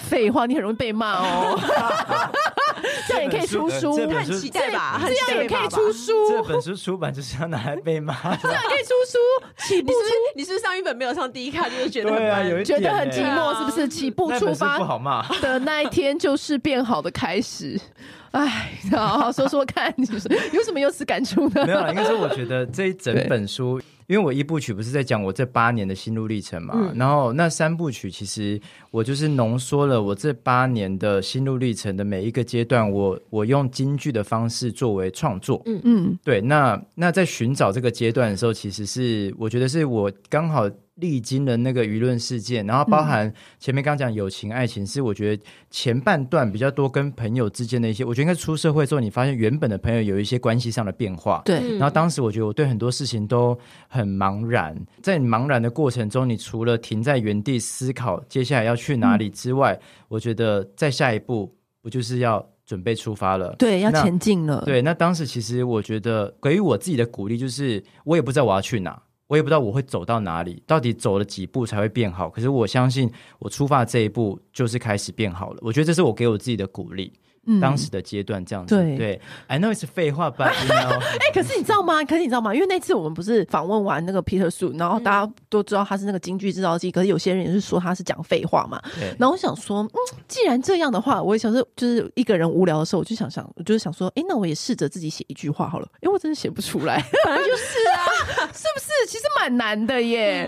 S1: 废话你很容易被骂哦。这样也可以出书，
S3: 这本
S1: 这
S2: 很
S3: 书
S2: 期待吧，很期
S1: 样
S2: 待
S1: 也可以
S2: 吧
S1: 出书，
S3: 这本书出版就是要拿来被骂的。
S1: 这 样也可以出书，起步
S2: 你是不是你是不是上一本没有上第一卡，就是觉得很
S3: 对啊，
S2: 闷
S3: 有一
S5: 觉
S3: 点
S5: 得很
S3: 欸
S5: 寂寞，是不是？起步
S3: 那
S5: 出
S3: 本书不
S5: 发
S3: 好骂。
S5: 的那一天就是变好的开始。哎，好好说说看，你是有什么有此感触呢
S3: 没？有啦，应啊该是我觉得这一整本书，因为我一部曲不是在讲我这八年的心路历程嘛，然后那三部曲其实我就是浓缩了我这八年的心路历程的每一个阶段，我我用京剧的方式作为创作，
S5: 嗯，
S3: 对，那那在寻找这个阶段的时候，其实是我觉得是我刚好历经了那个舆论事件，然后包含前面刚讲友情、爱情，是我觉得前半段比较多跟朋友之间的一些，我觉得应该出社会之后，你发现原本的朋友有一些关系上的变化。
S1: 对
S3: 然后当时我觉得我对很多事情都很茫然，在你茫然的过程中，你除了停在原地思考接下来要去哪
S1: 嗯
S3: 里之外，我觉得在下一步不就是要准备出发了？
S1: 对，要
S3: 那
S1: 前进了，
S3: 对，那当时其实我觉得给予我自己的鼓励就是，我也不知道我要去哪，我也不知道我会走到哪里，到底走了几步才会变好。可是我相信，我出发这一步就是开始变好了。我觉得这是我给我自己的鼓励。
S5: 嗯
S3: 当时的阶段这样子，
S1: 对
S3: 对，I know it's 废话吧 you know，
S1: 哎、可是你知道吗？可是你知道吗？因为那次我们不是访问完那个 Peter Su，然
S5: 嗯
S1: 后大家都知道他是那个京剧制造机，可是有些人也是说他是讲废话嘛。
S3: 对
S1: 然后我想说，嗯，既然这样的话，我也想说，就是一个人无聊的时候，我就想想，我就是想说，哎、那我也试着自己写一句话好了。因为我真的写不出来，
S5: 本来就是啊，嗯是不是？其实蛮难的耶，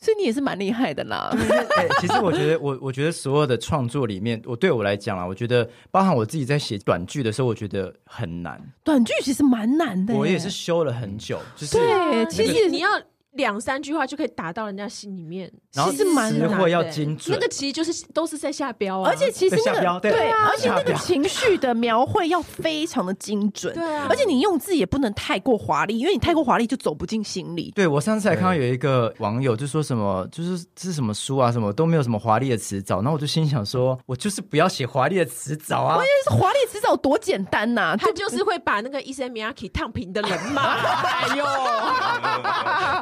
S1: 所以你也是蛮厉害的啦。
S3: 哎其实我觉得，我我觉得所有的创作里面，我对我来讲啊，我觉得包含我自己在写短剧的时候，我觉得很难，
S1: 短剧其实蛮难的耶，
S3: 我也是修了很久，就是
S1: 对，
S2: 其
S1: 其
S3: 那个
S2: 实
S1: 实
S2: 你要两三句话就可以打到人家心里面，
S3: 然后
S1: 其实蛮
S3: 词
S1: 难欸
S3: 汇要
S2: 对
S3: 精准
S2: 那个，其实就是都是在下标啊，
S1: 而且其实那
S3: 对下标
S1: 个
S3: 对
S1: 对，啊
S3: 下
S1: 而且那个
S3: 标
S1: 情绪的描绘要非常的精准，
S2: 对啊
S1: 而且你用字也不能太过华丽，因为你太过华丽就走不进心里。
S3: 对我上次还看到有一个网友就说什么，就是这是什么书啊，什么都没有什么华丽的词藻，然后我就心想说，我就是不要写华丽的词藻啊。
S1: 但是华丽迟早多简单呐、
S2: 他就是会把那个伊森米亚 i 烫平的人嘛，哎呦，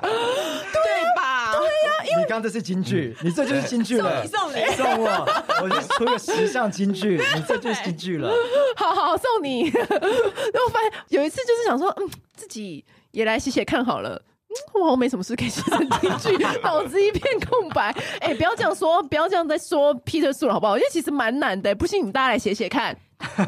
S2: 对吧？
S3: 你刚刚这是京剧，你这就是京剧了，
S2: 送你送
S3: 送我，我就出个时尚京剧，你这就是京剧了。
S1: 好好送你。 然后我发现有一次就是想说，嗯，自己也来写写看好了。嗯，我好像没什么事可以写成京剧，脑子一片空白。 哎、不要这样说，不要这样再说 Peter 树了好不好？因为其实蛮难的、不信你大家来写写 看，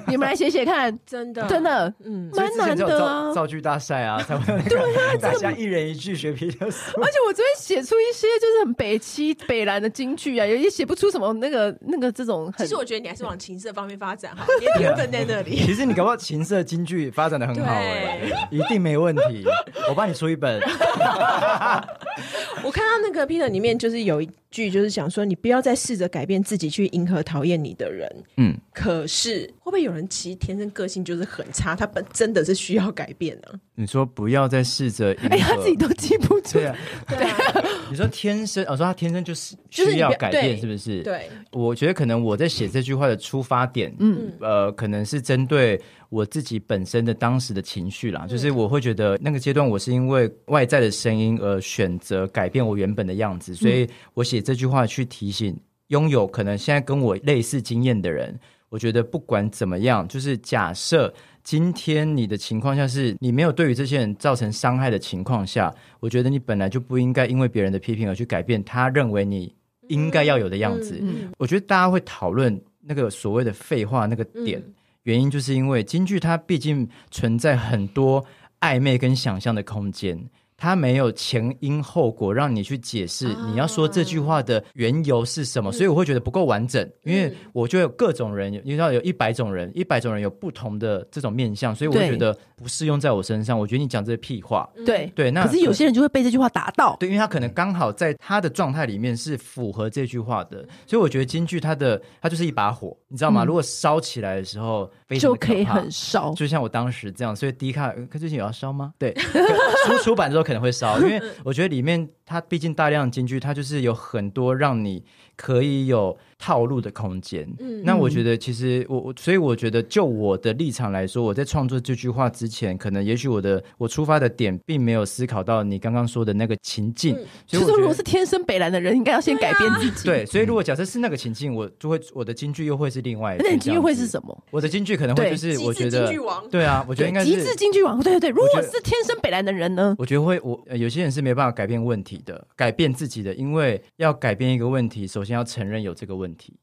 S1: 你们来写写看，
S2: 真的
S1: 真，的
S2: 嗯，
S3: 啊所
S1: 蛮
S3: 以之前
S1: 难
S3: 才有
S1: 的
S3: 造
S1: 啊。
S3: 造句大赛啊，才会对啊， 大家一人一句学皮特斯。
S1: 而且我昨天写出一些就是很北七北蓝的京剧啊，有一些写不出什么那个那个这种很
S2: 其实我觉得你还是往情色方面发展哈，你的天分在那里。
S3: 其实你搞不好情色京剧发展的很好哎、
S2: 对
S3: 一定没问题。 我帮你出一本，
S2: 我看到那个 Peter 里面就是有一句，就是想说你不要再试着改变自己去迎合讨厌你的人。
S3: 嗯，
S2: 可是会不会有人其实天生个性就是很差，他本真的是需要改变啊呢、
S3: 你说不要再试着迎合，
S1: 哎、他自己都记不住
S3: 对。啊，
S2: 对啊，
S3: 你说天生，哦我、说他天生就是
S2: 就是
S3: 需
S2: 你
S3: 要
S2: 不
S3: 改
S2: 对
S3: 变，是不是？，
S2: 对，
S3: 我觉得可能我在写这句话的出发点，嗯，呃，可能是针对我自己本身的当时的情绪
S2: 嗯
S3: 啦，就是我会觉得那个阶段我是因为外在的声音而选择改变我原本的样
S2: 嗯
S3: 子，所以我写这句话去提醒拥有可能现在跟我类似经验的人，我觉得不管怎么样，就是假设。今天你的情况下是你没有对于这些人造成伤害的情况下，我觉得你本来就不应该因为别人的批评而去改变他认为你应该要有的样子。
S2: 嗯
S3: 我觉得大家会讨论那个所谓的废话那个点，
S2: 嗯
S3: 原因就是因为京剧它毕竟存在很多暧昧跟想象的空间。它没有前因后果让你去解释
S2: 啊
S3: 你要说这句话的缘由是什
S1: 嗯
S3: 么，所以我会觉得不够完整，因为我就有各种人，你知道有一百种人，一百种人有不同的这种面相，所以我
S1: 对
S3: 觉得不适用在我身上。我觉得你讲这些屁话，
S1: 对
S3: 对，那
S1: 可是有些人就会被这句话打到。
S3: 对，因为他可能刚好在他的状态里面是符合这句话的，所以我觉得京剧它的它就是一把火，你知道吗？如果烧起来的时候，非
S1: 嗯
S3: 常
S1: 就
S3: 的
S1: 可以
S3: 怕
S1: 很烧，
S3: 就像我当时这样，所以迪卡呃可最近有要烧吗？ 对，出出版之后可能会烧，因为我觉得里面它毕竟大量的金句，它就是有很多让你可以有套路的空间。
S2: 嗯
S3: 那我觉得其实我我，所以我觉得就我的立场来说，我在创作这句话之前，可能也许我的我出发的点并没有思考到你刚刚说的那个情境，
S1: 就
S3: 所以
S1: 是
S3: 我
S1: 说，如
S3: 觉
S1: 果
S3: 得
S1: 是天生北蓝的人，应该要先改变自己。
S3: 对，所以如果假设是那个情境，我就会我的金句又会是另外一句。
S1: 那你今天会
S3: 这
S1: 是
S3: 样子？
S1: 什么？
S3: 我的金句可能会就是我觉得，
S2: 王，
S3: 对啊，我觉得应该
S1: 极致
S3: 是。
S1: 京剧王，对对对。如
S3: 我
S1: 果
S3: 觉得
S1: 是天生北蓝的人呢？
S3: 我觉得会，我、呃有些人是没办法改变问题的，改变自己的，因为要改变一个问题，首先要承认有这个问题。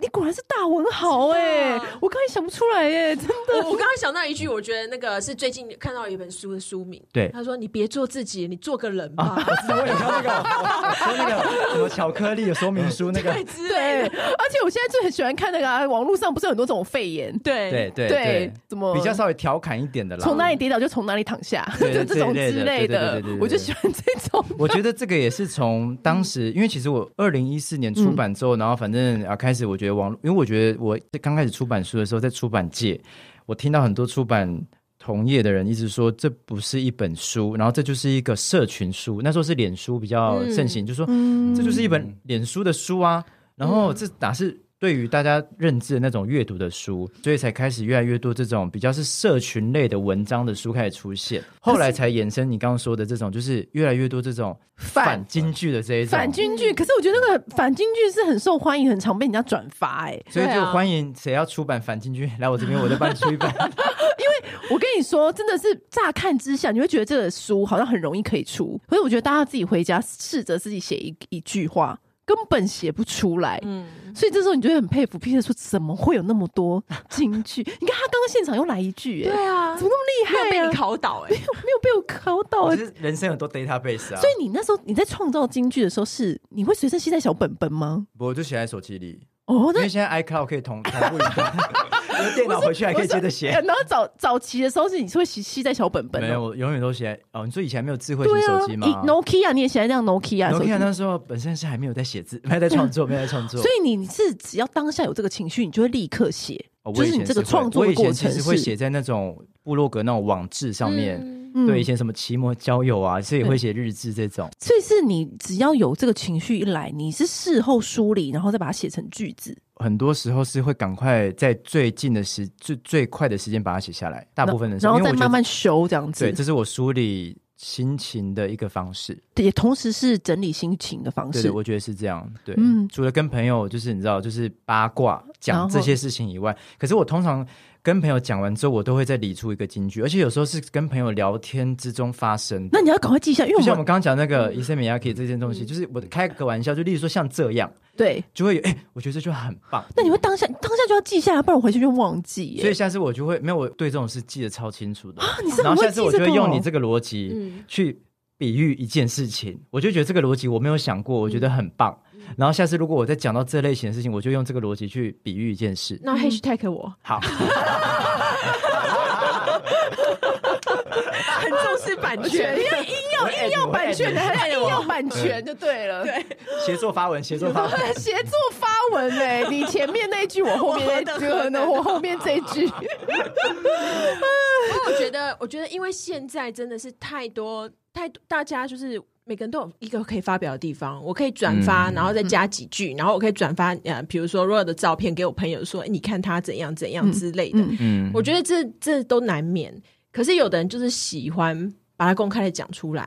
S1: 你果然是大文豪哎、
S2: 啊
S1: 我刚才想不出来哎、真的
S2: 我我刚刚想到一句，我觉得那个是最近看到一本书的书名，
S3: 对哦
S2: 他说：“你别做自己，你做个人吧。
S3: 我有看那个，我那个什么巧克力有说明书那个，
S2: 之
S1: 对。
S2: 类的
S1: 而且我现在最很喜欢看那个、啊、网络上不是有很多这种肺炎，
S2: 对
S3: 对对
S1: 对，怎么
S3: 比较稍微调侃一点的啦。
S1: 从哪里跌倒就从哪里躺下，
S3: 对
S1: 就
S3: 对
S1: 这种
S3: 这一类的
S1: 之类
S3: 对对对
S1: 的
S3: 对对对，
S1: 我就喜欢这种。
S3: 我觉得这个也是从当时，因为其实我二零一四年出版之后，然后反正啊开始，我觉得网，因为我觉得我刚开始出版书的时候，在出版界，我听到很多出版同业的人一直说这不是一本书，然后这就是一个社群书，那时候是脸书比较
S1: 嗯
S3: 盛行，就说这就是一本脸书的书啊，然后这哪是？对于大家认知的那种阅读的书，所以才开始越来越多这种比较是社群类的文章的书开始出现，
S1: 嗯
S3: 后来才衍生你刚刚说的这种，就是越来越多这种
S1: 反
S3: 反京剧的这一种。
S1: 反京剧，可是我觉得那个反京剧是很受欢迎，很常被人家转发哎、
S3: 所以
S2: 对
S3: 就
S2: 啊
S3: 欢迎谁要出版反京剧来我这边，我再帮你出一版。
S1: 我跟你说，真的是乍看之下，你会觉得这个书好像很容易可以出，可是我觉得大家自己回家试着自己写一一句话，根本写不出来。
S2: 嗯，
S1: 所以这时候你就会很佩服 Peter 说，怎么会有那么多金句？你看他刚刚现场又来一句、哎，
S2: 啊
S1: 怎么那么厉害、啊？
S2: 考倒哎，
S1: 没有被 我考到、哎
S3: 就是人生有很多 database 啊，
S1: 所以你那时候你在创造京剧的时候是，你会随身携带小本本吗？
S3: 我就写在手机里，
S1: 哦，
S3: 因
S1: 那
S3: 为现在 iCloud 可以同同步一 下，我的电脑回去还可以接着写。
S1: 然后早早期的时候是你是会携携带小本本
S3: 没
S1: 哦、
S3: 有，我永远都写哦。你说以前没有智慧型
S1: 对啊
S3: 手机吗
S1: 以，Nokia 你也喜欢这样 Nokia 手机
S3: Nokia 那时候本身是还没有在写字， 没有在创作，没有在创作。
S1: 所以你是只要当下有这个情绪，你就会立刻写，
S3: 哦我
S1: 就
S3: 以
S1: 是
S3: 前
S1: 你这个
S3: 会
S1: 创作
S3: 我
S1: 的
S3: 以前
S1: 过
S3: 其
S1: 程
S3: 实
S1: 是
S3: 会写在那种部落格那种网志上面，
S1: 嗯
S3: 对，以前什么奇摩交友啊，所以也会写日志这种。
S1: 所以是你只要有这个情绪一来，你是事后梳理，然后再把它写成句子。
S3: 很多时候是会赶快在最近的时最最快的时间把它写下来，大部分的时
S1: 然
S3: 候，
S1: 后
S3: 因为
S1: 再
S3: 我觉
S1: 慢
S3: 得
S1: 慢修这样子
S3: 对，，这是我梳理心情的一个方式。
S1: 也同时是整理心情的方
S3: 对
S1: 式
S3: 的，。我觉得是这样。对，
S1: 嗯
S3: 除了跟朋友，就是你知道，就是八卦
S1: 然
S3: 讲
S1: 后
S3: 这些事情以外，可是我通常跟朋友讲完之后，我都会再理出一个金句，而且有时候是跟朋友聊天之中发生的
S1: 那。你要赶快记一下，因为
S3: 就像
S1: 我嗯
S3: 我们
S1: 们
S3: 刚刚讲那个伊森米亚克这件东西，就是我开个玩笑，就例如说像这样，
S1: 对，
S3: 就会有哎、我觉得这句话很棒。
S1: 那你会当下当下就要记下来，不然我回去就忘记耶。
S3: 所以下次我就会没有，我对这种事记得超清楚的。
S1: 你是很
S3: 然后
S1: 会
S3: 下
S1: 记
S3: 次我就
S1: 这
S3: 会
S1: 个哦
S3: 用你这个逻辑
S2: 嗯
S3: 去比喻一件事情，我就觉得这个逻辑我没有想过，我觉得很棒。然后下次如果我再讲到这类型的事情，我就用这个逻辑去比喻一件事。
S2: 那 hashtag 我
S3: 好，
S2: 很重视版
S5: 权，
S2: 因为
S3: 要硬要
S5: 版权的，还要要版权就对了。 对，
S3: 协作发文，协作发文。
S5: 协作发文哎、你前面那一句，我后面那一句，
S2: 我的
S5: 那我后面这一句，
S2: 我觉得，我觉得，因为现在真的是太多太多，大家就是。每个人都有一个可以发表的地方，我可以转发，然后再
S1: 嗯
S2: 加几句，然后我可以转发，呃，比如说 r o 的照片给我朋友说，哎你看他怎样怎样之类的。
S1: 嗯
S3: 嗯
S2: 我觉得这这都难免。可是有的人就是喜欢把它公开的讲出来，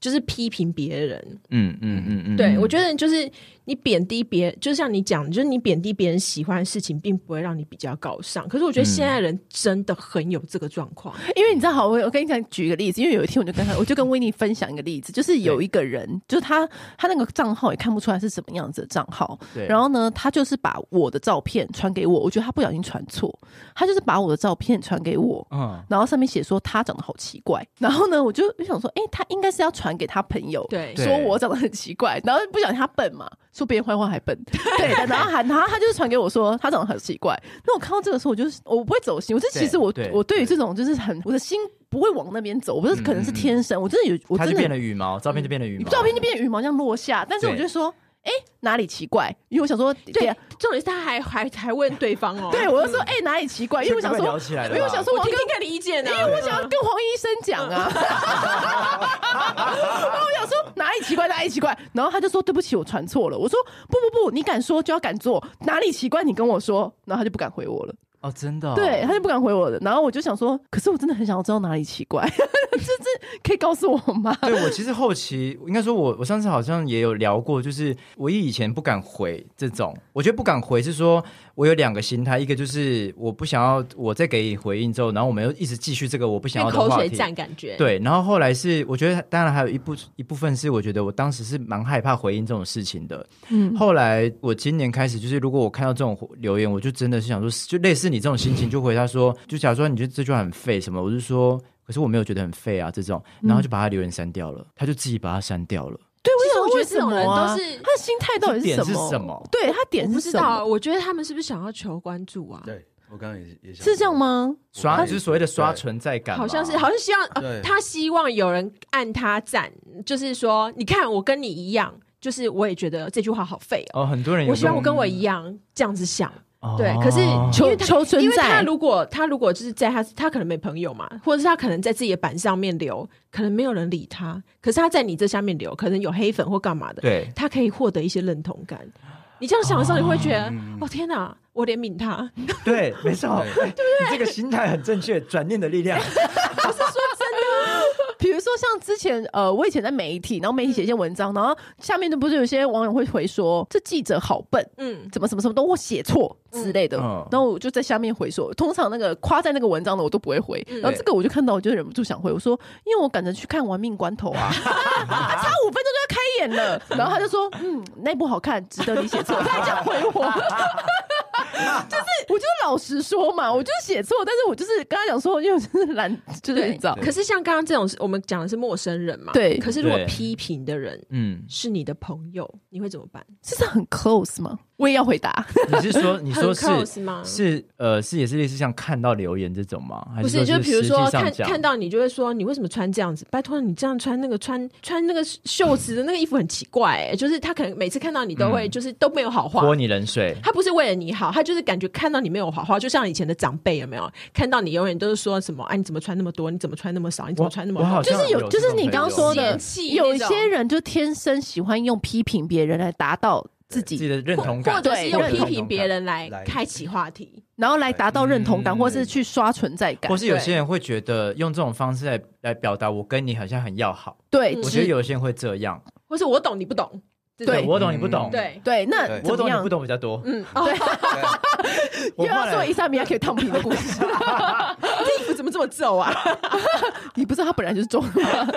S2: 就是批评别人。
S3: 嗯嗯嗯嗯
S2: 对我觉
S3: 得
S2: 得就是你贬低别人，就像你讲，就是你贬低别人喜欢的事情，并不会让你比较高尚。可是我觉得现在人真的很有这个状况。
S1: 因为你知道，好，我我跟你讲，举一个例子，因为有一天我就跟他，我就跟威尼分享一个例子，就是有一个人，就是他他那个账号也看不出来是什么样子的账号，
S3: 对
S1: 然后呢，他就是把我的照片传给我，我觉得他不小心传错，他就是把我的照片传给我。
S3: 嗯，
S1: 然后上面写说他长得好奇怪， 然后呢，我就想说，哎、他应该是要传给他朋友，
S2: 对
S3: 对
S1: 说我长得很奇怪，然后不小心他笨嘛，说别人坏话还 笨，对的，然后还然后他就是传给我说他长得很奇怪，那我看到这个时候，我就是我不会走心，我就是
S3: 对
S1: 其实我
S3: 对
S1: 我对于这种就是很我的心不会往那边走，我不是
S3: 嗯
S1: 可能是天生，我真的有我
S3: 它
S1: 真
S3: 就
S1: 的
S3: 变了羽毛，照片就变了羽毛，
S1: 照片就变羽毛这样落下，但是我
S3: 对
S1: 就说。哎、哪里奇怪？因为我想说，对啊
S2: 对，重点是他还还还问对方哦，
S1: 对，我就说，哎、哪里奇怪？因为我想
S3: 这根本聊起
S1: 说，
S3: 来了吧
S1: 因为我想说，
S2: 我
S1: 我要
S2: 听
S1: 跟
S2: 听看你意见啊嗯
S1: 因
S2: 呢、
S1: 哎为我想要跟黄医生讲啊，
S2: 嗯
S1: 然后我想说哪里奇怪哪里奇怪，然后他就说对不起我传错了，我说不不不，你敢说就要敢做，哪里奇怪你跟我说，然后他就不敢回我了，
S3: 哦，真的、哦，
S1: 对，他就不敢回我了，然后我就想说，可是我真的很想要知道哪里奇怪， 这这可以告诉我吗？
S3: 对我其实后期应该说我，我上次好像也有聊过，就是我以前不敢回这种，我觉得不敢回是说我有两个心态，一个就是我不想要我再给你回应之后，然后我们又一直继续这个我不想要
S2: 变
S3: 的
S2: 口
S3: 话
S2: 水
S3: 题。
S2: 战感觉，
S3: 对，然后后来是我觉得，当然还有一部一部分是我觉得我当时是蛮害怕回应这种事情的。
S1: 嗯，
S3: 后来我今年开始，就是如果我看到这种留言，我就真的是想说，就类似你这种心情，就回他说，就假如说你觉得这句话很废什么，我就说，可是我没有觉得很废啊这种，
S2: 嗯
S3: 然后就把他留言删掉了，他就自己把它删掉了。
S1: 对，
S2: 其实
S1: 我
S2: 我
S1: 想为
S2: 觉得这
S1: 什
S2: 种
S1: 么
S2: 人
S1: 啊
S2: 都是。
S1: 他的心态到底
S3: 点
S1: 什
S3: 是
S1: 么？
S3: 什么？
S1: 对他点
S2: 我不
S1: 是
S2: 知
S1: 什
S2: 道，啊
S1: 么？
S2: 我觉得他们是不是想要求关注啊？
S4: 对我刚刚也也想
S1: 是这样吗？
S3: 刷就是所谓的刷
S4: 存。
S3: 存在感嘛，
S2: 好像是，好像希望、呃、
S4: 对
S2: 他希望有人按他赞，就是说，你看我跟你一样，就是我也觉得这句话好废哦。
S3: 哦，很多人有
S2: 我希望
S3: 这
S2: 我
S3: 种
S2: 跟我一样这样子想，
S3: 哦
S2: 对。可是因
S1: 求
S2: 为他
S1: 求存
S2: 因为他
S1: 在，
S2: 如果他如果就是在他他可能没朋友嘛，或者是他可能在自己的板上面留，可能没有人理他。可是他在你这下面留，可能有黑粉或干嘛的，
S3: 对。
S2: 他可以获得一些认同感。你这样想的时候，你会觉
S3: 啊
S2: 得
S4: 嗯
S2: 哦天哪，我怜悯他。
S3: 对，没错，
S4: 对
S3: 你这个心态很正确，转念的力量。
S1: 比如说像之前呃，我以前在媒体，然后媒体写一些文
S2: 嗯
S1: 章，然后下面就不是有些网友会回说这记者好笨，
S2: 嗯，
S1: 怎么什么什么都我写错之类的，
S3: 嗯
S1: 然后我就在下面回说，通常那个夸赞那个文章的我都不会回，
S2: 嗯
S1: 然后这个我就看到我就忍不住想回，我说因为我赶着去看《亡命关头》 啊，还差五分钟就要开演了， 然后他就说嗯那部好看，值得你写 错，他还这样回我。 就是，我就是老实说嘛，我就是写错，但是我就是跟他讲说，因为我真的懒，就是
S2: 对
S1: 你知道，
S2: 可是像刚刚这种，我们讲的是陌生人嘛，
S1: 对
S2: 可是如果
S3: 对
S2: 批评的人
S3: 嗯，
S2: 是你的朋友，你会怎么办？
S1: 这是很 close 吗？我也要回答，
S3: 你是说你
S2: 很
S3: 说是
S2: close 吗？
S3: 是呃是也是类似像看到留言这种吗？还
S2: 不
S3: 是
S2: 就比如
S3: 说
S2: 说
S3: 是实际上
S2: 看
S3: 讲
S2: 看到你就会说你为什么穿这样子？拜托你这样穿那个穿穿那个袖子的那个衣服很奇怪、欸，就是他可能每次看到你都会
S3: 嗯
S2: 就是都没有好话
S3: 泼。你冷水，
S2: 他不是为了你好，他就是感觉看到你没有好话，就像以前的长辈有没有？看到你永远都是说什么啊？你怎么穿那么多？你怎么穿那么少？你怎么穿那么
S3: 我
S2: 好
S3: 好？
S1: 就
S3: 像
S1: 是有，
S3: 有
S1: 就
S3: 这
S1: 是
S3: 种
S1: 你
S3: 朋
S1: 刚刚
S3: 友
S1: 说
S2: 嫌
S1: 的
S2: 弃，
S1: 有
S2: 那种
S1: 些人就天生喜欢用批评别人来达到自
S3: 自己
S1: 己，
S3: 的认同感，
S2: 或者是用
S3: 对
S2: 批评别，人来
S4: 来
S2: 开启话题，
S1: 然后来达到认同感，
S3: 嗯
S1: 或是去刷存在感
S3: 或，是有些人会觉得用这种方式来来表达我跟你好像很要好，
S1: 对，
S2: 嗯
S3: 我觉得
S1: 只
S3: 有些人会这样，
S2: 或是我懂你不懂，这
S1: 对
S2: 种
S3: 我懂你不懂，
S2: 对，
S1: 对，那
S4: 对
S1: 怎
S3: 我
S1: 么
S3: 懂你
S1: 样
S3: 不？懂比较多，
S2: 嗯，哦，
S1: 又
S3: 我后
S1: 要说
S3: 来
S1: 伊莎米亚可以烫平的故 事，
S2: 这衣服怎么这么皱啊？
S1: 你不知道他本来就是中的吗？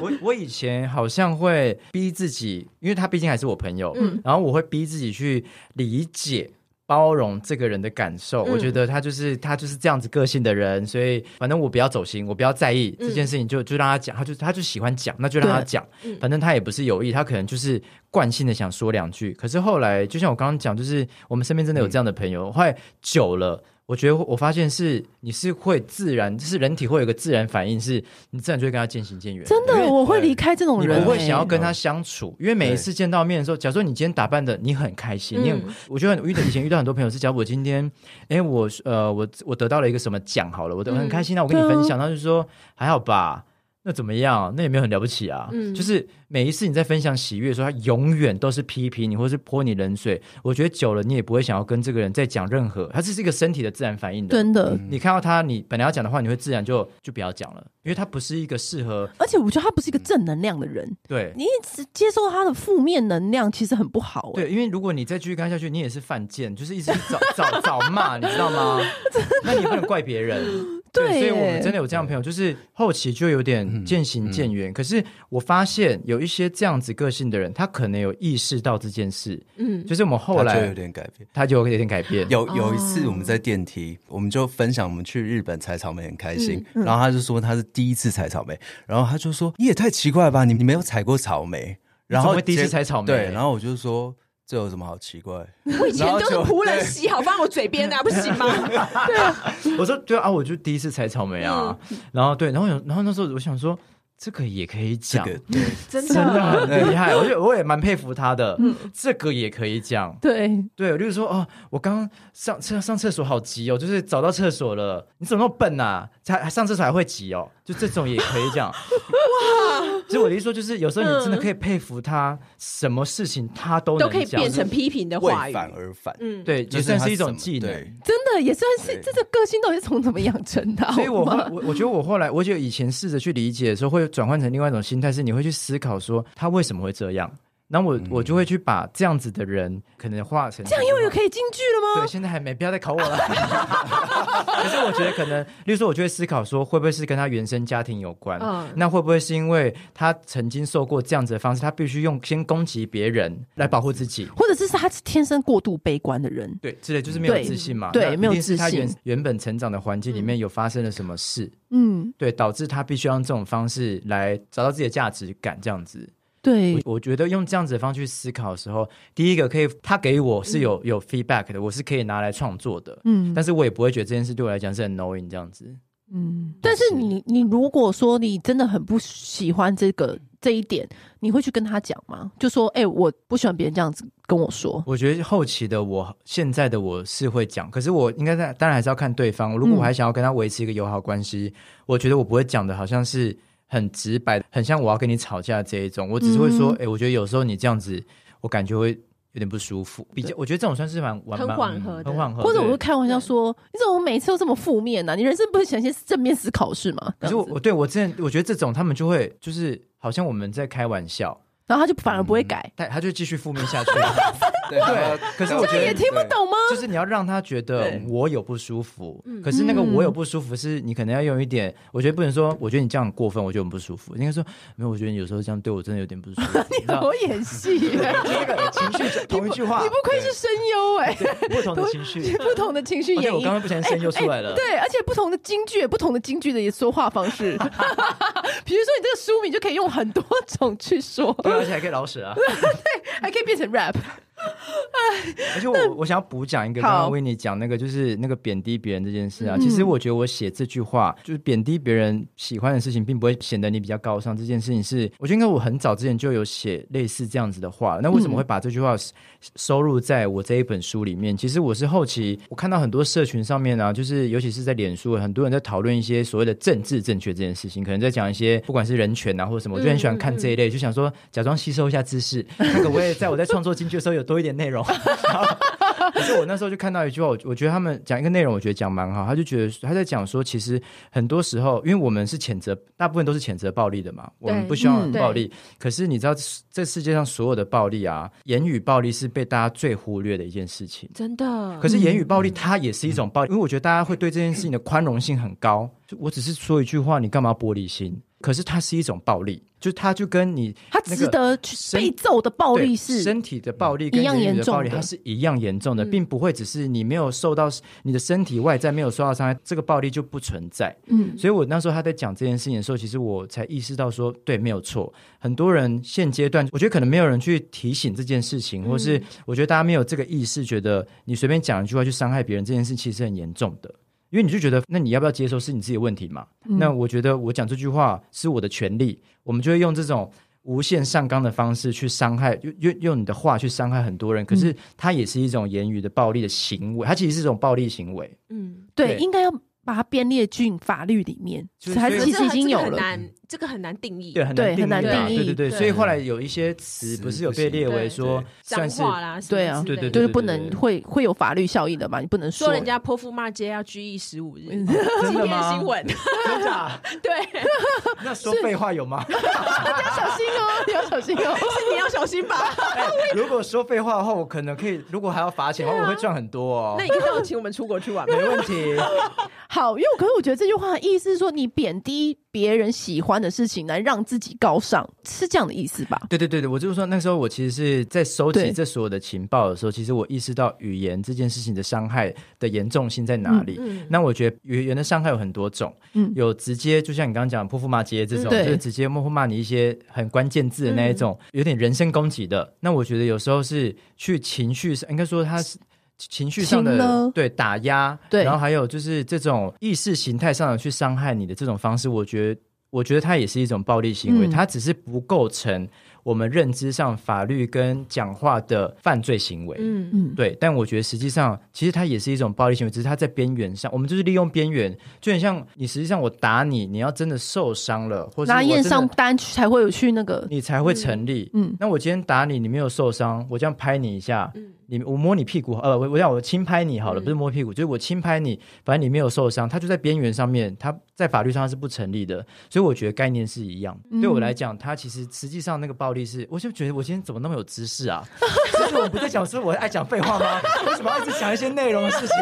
S3: 我我以前好像会逼自己，因为他毕竟还是我朋友，
S2: 嗯
S3: 然后我会逼自己去理解。包容这个人的感受，
S2: 嗯
S3: 我觉得他就是他就是这样子个性的人，所以反正我不要走心，我不要在意
S2: 嗯
S3: 这件事情就，就让他讲，他就他就喜欢讲，那就让他讲
S2: 嗯，
S3: 反正他也不是有意，他可能就是惯性的想说两句。可是后来，就像我刚刚讲，就是我们身边真的有这样的朋友，后来久了，我觉得我发现是你是会自然，就是人体会有一个自然反应，是你自然就会跟他渐行渐远。
S1: 真
S4: 因为
S1: 的，我会离开这种
S3: 你
S1: 人，
S3: 不会想要
S1: 欸
S3: 跟他相处，因为每一次见到面的时候，假如说你今天打扮的你很开心，你很
S2: 嗯，
S3: 我觉得我遇到以前遇到很多朋友是，假如我今天，哎，我呃，我我得到了一个什么奖，好了，我都
S2: 嗯
S3: 很开心啊，我跟你分享，他就说还好吧。那怎么样？那也没有很了不起啊。
S2: 嗯
S3: 就是每一次你在分享喜悦的时候，他永远都是批评你，或是泼你冷水。我觉得久了，你也不会想要跟这个人再讲任何。它这是一个身体的自然反应的。嗯
S1: 真的。
S3: 你看到他，你本来要讲的话，你会自然就就不要讲了，因为他不是一个适合
S1: 而且我觉得他不是一个正能量的人，
S3: 对
S1: 你一直接受他的负面能量，其实很不好、欸。
S3: 对，因为如果你再继续跟他下去，你也是犯贱，就是一直去找 找找骂，你知道吗？那你也不能怪别人。
S1: 对
S3: 所以我
S1: 耶
S3: 们真的有这样的朋友，就是后期就有
S4: 嗯
S3: 点渐行渐远。可是我发现有一些这样子个性的人，他可能有意识到这件事，
S2: 嗯，
S3: 就是我们后
S4: 他就
S3: 来
S4: 有点改变。
S3: 他就有点改变。
S2: 哦
S4: 有有一次我们在电梯，我们就分享我们去日本采草莓很开心，
S2: 嗯
S4: 然后他就说他是第一次采草莓，然后他就说你也太奇怪了吧，你你没有采过草莓，然
S3: 怎么
S4: 后
S3: 会第一次
S4: 结
S3: 采草莓
S4: 对，然后我就说这有什么好奇怪？
S2: 我以前
S4: 然后
S2: 都是
S4: 就
S2: 仆人洗好放我嘴边的、啊，不行 吗？
S1: 嗯
S3: 我说对啊，我就第一次采草莓啊。然后对，然后有，然后那时候我想说。这个也可以
S4: 这
S3: 讲，
S4: 个对，
S2: 真
S3: 真的
S2: 的，嗯
S3: 很厉 害，我觉得我也蛮佩服他的，这个也可以讲。
S5: 对，
S3: 对，例如说，哦，我刚刚上上上厕所好急哦，就是找到厕所了，你怎么那么笨啊？还还上厕所还会急哦，就这种也可以 讲。哇！所以我的意思说，就是有时候你真的可以佩服他，什么事情他
S2: 嗯
S3: 都
S2: 都可
S3: 能
S2: 以
S3: 讲
S2: 变成批评的
S4: 为
S2: 话语。
S4: 反而反，
S2: 嗯，
S3: 对，
S4: 就
S3: 也算
S4: 他
S3: 是一
S4: 什
S3: 种
S4: 么
S3: 技 能。
S4: 对
S5: 真的也算是
S4: 对
S5: 这这个性到底是从怎么养成的啊？
S3: 所以我
S5: 好
S3: 后
S5: 吗
S3: 我我觉得我后来，我觉得以前试着去理解的时候，会转换成另外一种心态，是你会去思考说他为什么会这样。然后我、我就会去把这样子的人可能化成
S5: 这样又有可以进去了吗？
S3: 对，现在还没，不要再考我了。可是我觉得可能，例如说，我就会思考说，会不会是跟他原生家庭有关？
S2: 嗯
S3: 那会不会是因为他曾经受过这样子的方式，他必须用先攻击别人来保护自己？
S1: 或者是他是天生过度悲观的人，
S3: 对，之类就是没有
S1: 对
S3: 自信嘛？
S1: 对
S3: 那
S1: 没有
S3: 一定是
S1: 自
S3: 他
S1: 信
S3: 原原本成长的环境里面有发生了什么事？
S5: 嗯，
S3: 对，导致他必须要用这种方式来找到自己的价值感，这样子。
S5: 对，
S3: 我我觉得用这样子的方式去思考的时候，第一个可以，他给我是有有 feedback 的，我是可以拿来创作的。
S5: 嗯
S3: 但是我也不会觉得这件事对我来讲是很 knowing 这样子。
S5: 嗯，
S1: 但是你你如果说你真的很不喜欢这个这一点，你会去跟他讲吗？就说，哎、我不喜欢别人这样子跟我说。
S3: 我觉得后期的我，现在的我是会讲，可是我应该在，当然还是要看对方。
S1: 嗯
S3: 如果我还想要跟他维持一个友好关系，我觉得我不会讲的好像是很直白，很像我要跟你吵架这一种。我只是会
S1: 嗯
S3: 说，哎、我觉得有时候你这样子，我感觉会有点不舒服。比较，我觉得这种算是蛮蛮
S2: 很
S3: 蛮
S2: 缓和的
S3: 很缓和。
S1: 或者我会
S3: 哦对
S1: 开玩笑说：“你怎么每次都这么负面呢、你人生不是想一些正面思考是吗？”
S3: 可
S1: 这
S3: 是
S1: 样
S3: 我
S1: 子
S3: 我对我之前我觉得这种他们就会就是好像我们在开玩笑，
S1: 然后他就反而不会改，
S3: 但他就继续负面下去。
S4: 对
S3: 对可是我觉得
S1: 也听不懂 吗？
S3: 就是你要让他觉得
S4: 对
S3: 我有不舒服，
S5: 嗯
S3: 可是那个我有不舒服是你可能要用一点，我觉得不能说，我觉得你这样很过分，我觉得很不舒服。应该说没有，我觉得你有时候这样对我真的有点不舒 服。你知道
S5: 我演戏，你
S3: 那个情绪同一句话，
S5: 不愧是声优哎，
S3: 不同的 情绪。
S5: 不同的情绪
S3: 而且
S5: 演
S3: 我刚
S5: 绎。
S3: 刚不小心声音又出来了。
S5: 哎对，而且不同的京剧，不同的京剧的也说话方 式，比如说你这个书名就可以用很多种去说，哎
S3: 对，而且还可以老舍啊！
S5: 还可以变成 rap。
S3: 而且我我想要补讲一个，
S5: 好
S3: 刚刚为你讲那个，就是那个贬低别人这件事啊。其实我觉得我写这句话，就是贬低别人喜欢的事情，并不会显得你比较高尚。这件事情是，我觉得应该我很早之前就有写类似这样子的话。那为什么会把这句话收入在我这一本书里面。其实我是后期我看到很多社群上面啊，就是尤其是在脸书，很多人在讨论一些所谓的政治正确这件事情，可能在讲一些不管是人权啊或者什么，我就很喜欢看这一类，就想说假装吸收一下知识。那个我也在我在创作京剧的时候有多一点内容。然后可是我那时候就看到一句话，我我觉得他们讲一个内容，我觉得讲蛮好。他就觉得他在讲说，其实很多时候，因为我们是谴责，大部分都是谴责暴力的嘛，我们
S2: 对
S3: 不希望
S5: 嗯
S3: 暴力。可是你知道，这世界上所有的暴力啊，言语暴力是被大家最忽略的一件事情。
S2: 真的
S3: 可。是言语暴力它也是一种暴力，因为我觉得大家会对这件事情的宽容性很高。就我只是说一句话，你干嘛玻璃心？可是它是一种暴力，就是它就跟你
S1: 他
S3: 那
S1: 值
S3: 个
S1: 得去
S3: 身
S1: 被揍的暴力
S3: 对
S1: 是
S3: 身体的暴力跟
S1: 一样
S3: 言语
S1: 严
S3: 的
S1: 重
S3: 暴力，
S1: 的嗯
S3: 它是一样严重的，并不会只是你没有受到你的身体外在没有受到伤害，这个暴力就不存在。
S5: 嗯，
S3: 所以我那时候他在讲这件事情的时候，其实我才意识到说，对，没有错。很多人现阶段，我觉得可能没有人去提醒这件事
S1: 嗯
S3: 情，或是我觉得大家没有这个意识，觉得你随便讲一句话去伤害别人这件事，其实很严重的。因为你就觉得，那你要不要接受是你自己的问题嘛？
S1: 嗯
S3: 那我觉得我讲这句话是我的权利，我们就会用这种无限上纲的方式去伤害，用用用你的话去伤害很多人。可是它也是一种言语的暴力的行为，它其实是一种暴力行为。
S2: 嗯，
S1: 对，
S3: 对
S1: 应该要把它编列进法律里面，
S3: 就是
S1: 它
S3: 所以
S1: 其实已经有
S2: 这个很
S1: 了。
S2: 难，这个很难定义。
S3: 对，很
S1: 对
S3: 难定
S1: 很难
S3: 义啊
S1: 定义
S3: 对对对，
S2: 对
S3: 所以后来有一些词
S4: 词
S3: 不是有
S4: 不
S3: 被
S4: 行
S3: 列为
S2: 对
S3: 说
S4: 对
S3: 算
S2: 脏
S3: 是
S2: 话啦，什么
S1: 对啊
S2: 之类的
S3: 对
S1: 就是
S3: 对
S1: 不能会会有法律效应的嘛，你不能
S2: 说人家泼妇骂街要拘役十五日，今
S3: 哦的
S2: 天
S3: 吗
S2: 新闻，
S3: 真的啊？
S2: 对，
S3: 那说废话有吗？
S5: 要小心 哦，你要小心哦。
S2: 你要小心吧。
S3: 如果说废话的话，我可能可以，如果还要罚钱的话，我会赚很多哦
S2: 那。你可以让我请我们出国去玩吗？
S3: 没问题，
S5: 好，因为我可是我觉得这句话的意思是说，你贬低别人喜欢的事情来让自己高尚，是这样的意思吧？
S3: 对对对对，我就是说那时候我其实是在收集
S5: 对
S3: 这所有的情报的时候，其实我意识到语言这件事情的伤害的严重性在哪里。
S2: 嗯嗯
S3: 那我觉得语言的伤害有很多种，
S5: 嗯
S3: 有直接就像你刚刚讲泼妇骂街这种，
S5: 嗯对
S3: 就是直接默默骂你一些很关键字的那一种，有点人身攻击的。那我觉得有时候是去情绪上，应该说他是。情绪上
S1: 情
S3: 的
S1: 勒
S3: 对打压，
S1: 对
S3: 然后还有就是这种意识形态上的去伤害你的这种方式，我觉得。我觉得它也是一种暴力行为，
S6: 嗯
S3: 它只是不构成我们认知上法律跟讲话的犯罪行为。
S2: 嗯，
S6: 嗯，
S3: 对，但我觉得实际上，其实它也是一种暴力行为，只是它在边缘上，我们就是利用边缘，就很像你实际上我打你，你要真的受伤了，或者
S1: 拿验伤单去才会有去那个，
S3: 你才会成立。
S1: 嗯
S3: 那我今天打你，你没有受伤，我这样拍你一下，你我摸你屁股，呃，我我让我轻拍你好了，
S2: 嗯
S3: 不是摸屁股，就是我轻拍你，反正你没有受伤，它就在边缘上面，它在法律上它是不成立的，所以我觉得概念是一样。对我来讲，它其实实际上那个暴力是，我就觉得我今天怎么那么有知识啊？ 就是我们不是讲说我爱讲废话吗？ 为什么要一直讲一些内容的事情？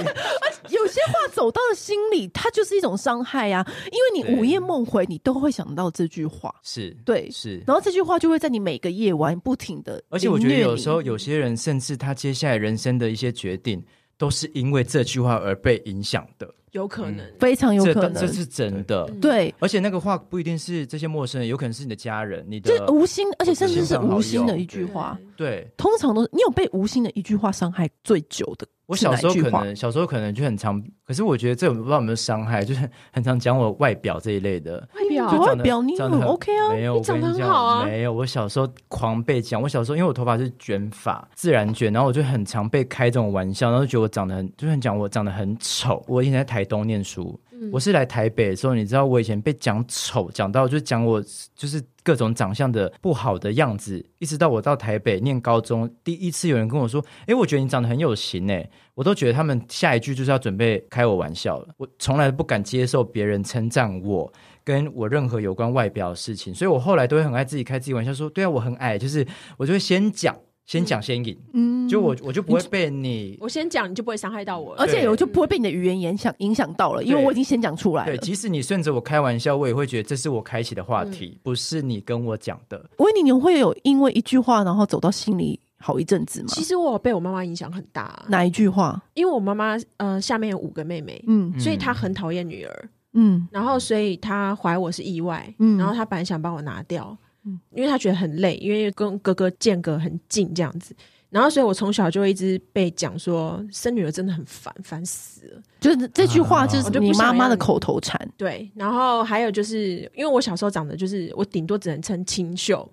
S1: 有些话走到了心里，它就是一种伤害呀、因为
S3: 对
S1: 你午夜梦回，你都会想到这句话，
S3: 是
S1: 对
S3: 是，
S1: 然后这句话就会在你每个夜晚不停的，
S3: 而且我觉得有时候有些人，甚至他接下来人生的一些决定，都是因为这句话而被影响的。
S2: 有可能，
S1: 非常有
S3: 这
S1: 可
S3: 当
S1: 能，嗯
S3: 这是嗯真的。
S1: 对，
S3: 而且那个话不一定是这些陌生人，有可能是你的家人，你的
S1: 就是无心，而且甚至是
S3: 亲朋好友
S1: 无心的一句话，
S3: 对。
S1: 通常都是你有被无心的一句话伤害最久的。
S3: 我小时候
S1: 是哪
S3: 可
S1: 一句话
S3: 能小时候可能就很常，可是我觉得这我不知道有没有伤害，就是很常讲我外表这一类的。
S2: 外表
S1: 就
S3: 就
S1: 外
S3: 长得
S1: 表你
S3: 长得
S1: 很
S3: 很
S1: OK 啊
S3: 没有，
S2: 你
S3: 我
S2: 长
S3: 跟
S2: 得
S3: 你
S2: 很
S3: 讲
S2: 好啊
S3: 没有，我小时候狂被讲，我小时候因为我头发是卷发，自然卷，然后我就很常被开这种玩笑，然后就觉得我长得很，就是很讲我长得很丑。我以前在台东念书，我是来台北的时候，你知道我以前被讲丑，讲到就是讲我就是各种长相的不好的样子，一直到我到台北念高中，第一次有人跟我说，哎，我觉得你长得很有型哎、我都觉得他们下一句就是要准备开我玩笑了。我从来不敢接受别人称赞我，跟我任何有关外表的事情，所以我后来都会很爱自己开自己玩笑说，对啊，我很矮，就是我就会先讲，先讲先赢，
S1: 嗯
S3: 就我我就不会被你。
S2: 我先讲，你就不会伤害到我了
S1: 而。且我就不会被你的语言影响影响到了，因为
S3: 对
S1: 我已经先讲出
S2: 嗯
S1: 来
S3: 对，
S1: 了。
S3: 即使你顺着我开玩笑，我也会觉得这是我开启的话
S2: 嗯
S3: 题，不是你跟我讲的。
S1: 维尼，你会有因为一句话然后走到心里好一阵子吗？
S2: 其实我有被我妈妈影响很大啊，
S1: 哪一句话？
S2: 因为我妈妈呃下面有五个妹妹，
S1: 嗯
S2: 所以她很讨厌女儿，
S1: 嗯
S2: 然后所以她怀我是意外，
S1: 嗯
S2: 然后她本来想帮我拿掉，
S1: 嗯
S2: 因为她觉得很累，因为跟哥哥间隔很近这样子。然后，所以我从小就一直被讲说生女儿真的很烦，烦死了。
S1: 就是这句话就
S3: 啊
S1: 是
S2: 我就不
S1: 你
S2: 想
S1: 妈妈
S2: 要
S1: 的
S2: 你
S1: 口头禅。
S2: 对，然后还有就是，因为我小时候长得就是我顶多只能称清 秀。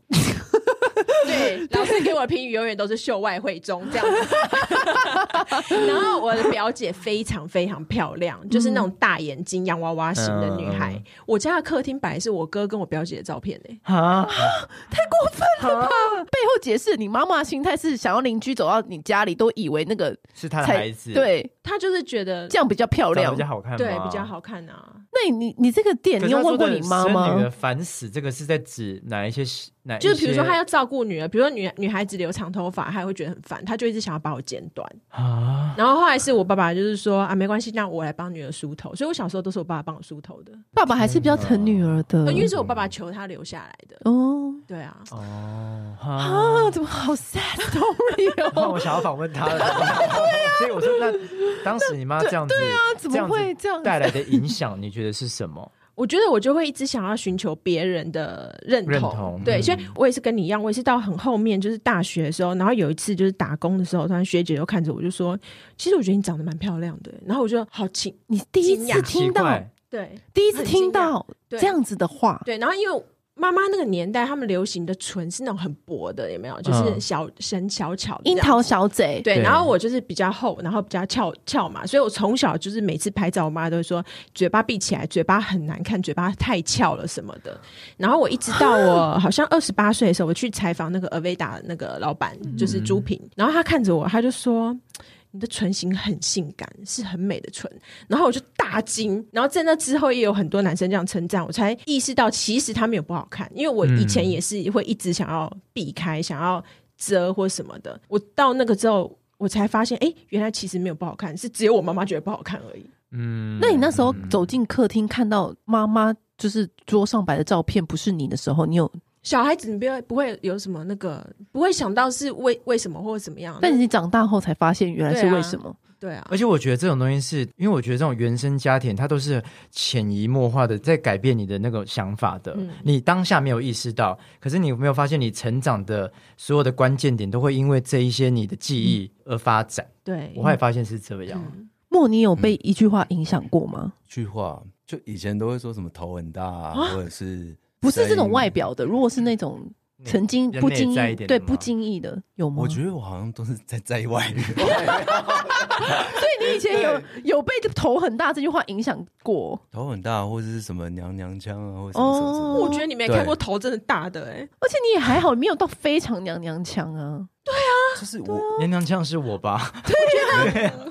S2: 对，老师给我的评语永远都是秀外慧中这样子。然后我的表姐非常非常漂亮，就是那种大眼睛洋娃娃型的女孩。
S3: 嗯
S2: 我家的客厅摆的是我哥跟我表姐的照片欸呢、
S3: 啊，
S1: 背后解释，你妈妈的心态是想要邻居走到你家里都以为那个
S3: 是他的
S1: 才
S3: 孩子，，
S1: 对，
S2: 她就是觉得
S1: 这样比较漂
S3: 长得
S1: 亮
S3: 比。较好看吗，
S2: 对比较好看啊，
S1: 那你你你这个点，
S3: 可是
S1: 你有
S3: 他说
S1: 问过
S3: 的
S1: 你妈
S3: 生女
S1: 吗
S3: 儿？烦死，这个是在指哪一些哪一些？
S2: 就是比如说她要照顾女儿，比如说女女孩子留长头发，她也会觉得很烦，她就一直想要把我剪短。
S3: 啊，
S2: 然后后来是我爸爸就是说啊，没关系，那我来帮女儿梳头。所以我小时候都是我爸爸帮我梳头的，
S1: 爸爸还是比较疼女儿的
S2: 哦因。为是我爸爸求他留下来的。
S1: 哦
S2: 对啊，
S3: 哦，
S1: 啊，怎么好 sad story
S3: 那
S1: 哦？
S3: 我想要访问他了，所以我说，那当时你妈这样子，对啊
S1: 怎么会这样子
S3: 带来的影响？你觉得是什么？
S2: 我觉得我就会一直想要寻求别人的认同。
S3: 认同
S2: 对，
S3: 嗯
S2: 所以我也是跟你一样，我也是到很后面，就是大学的时候，然后有一次就是打工的时候，突然学姐就看着我就说：“其实我觉得你长得蛮漂亮的。”然后我就好奇，
S1: 你第一
S2: 惊
S1: 次
S2: 讶
S3: 奇
S1: 听到
S3: 怪，
S2: 对
S1: 第一次
S2: 很惊
S1: 听
S2: 讶
S1: 到
S2: 对
S1: 这样子的话，
S2: 对，然后因为。妈妈那个年代，他们流行的唇是那种很薄的，有没有？就是
S3: 嗯
S2: 小神小巧的这
S1: 樱
S2: 样
S1: 桃小嘴，
S2: 对，
S3: 对
S2: 然后我就是比较厚，然后比较翘翘嘛，所以我从小就是每次拍照，我妈都会说嘴巴闭起来，嘴巴很难看，嘴巴太翘了什么的。然后我一直到我好像二十八岁的时候，我去采访那个 Aveda 那个老板，就是朱平，然后他看着我，他就说。你的唇型很性感，是很美的唇，然后我就大惊。然后在那之后，也有很多男生这样称赞，我才意识到其实他们有不好看，因为我以前
S3: 嗯
S2: 也是会一直想要避开，想要遮或什么的。我到那个之后，我才发现，哎、原来其实没有不好看，是只有我妈妈觉得不好看而已。
S3: 嗯
S1: 那你那时候走进客厅，看到妈妈就是桌上摆的照片不是你的时候，你有？
S2: 小孩子，你不要不会有什么那个，不会想到是为为什么或者怎么样。
S1: 但你长大后才发现原来是
S2: 对啊
S1: 为什么？
S2: 对啊，
S3: 而且我觉得这种东西是，因为我觉得这种原生家庭，它都是潜移默化的在改变你的那个想法的。
S2: 嗯
S3: 你当下没有意识到，可是你有没有发现，你成长的所有的关键点都会因为这一些你的记忆而发展？
S2: 对，
S3: 我后来发现是这样。
S2: 嗯
S1: 莫，你有被一句话影响过吗？
S4: 句话，就以前都会说什么头很大、啊，或者是
S1: 不是这
S4: 声
S1: 种
S4: 音
S1: 外表的，如果是那种
S3: 内
S1: 曾经
S3: 比较
S1: 不
S3: 内
S1: 经
S3: 在一
S1: 意
S3: 点
S1: 对
S3: 的
S1: 不
S3: 吗
S1: 经意的有吗？
S4: 我觉得我好像都是在在意外遇，
S1: 对你以前有有被头很大这句话影响过，
S4: 头很大，或者是什么娘娘腔啊，或者什么什么什
S1: 哦
S4: 么
S2: 我觉得你没看过头真的大的哎、
S1: 而且你也还好，没有到非常娘娘腔啊。
S4: 就是我
S3: 娘娘腔是我吧？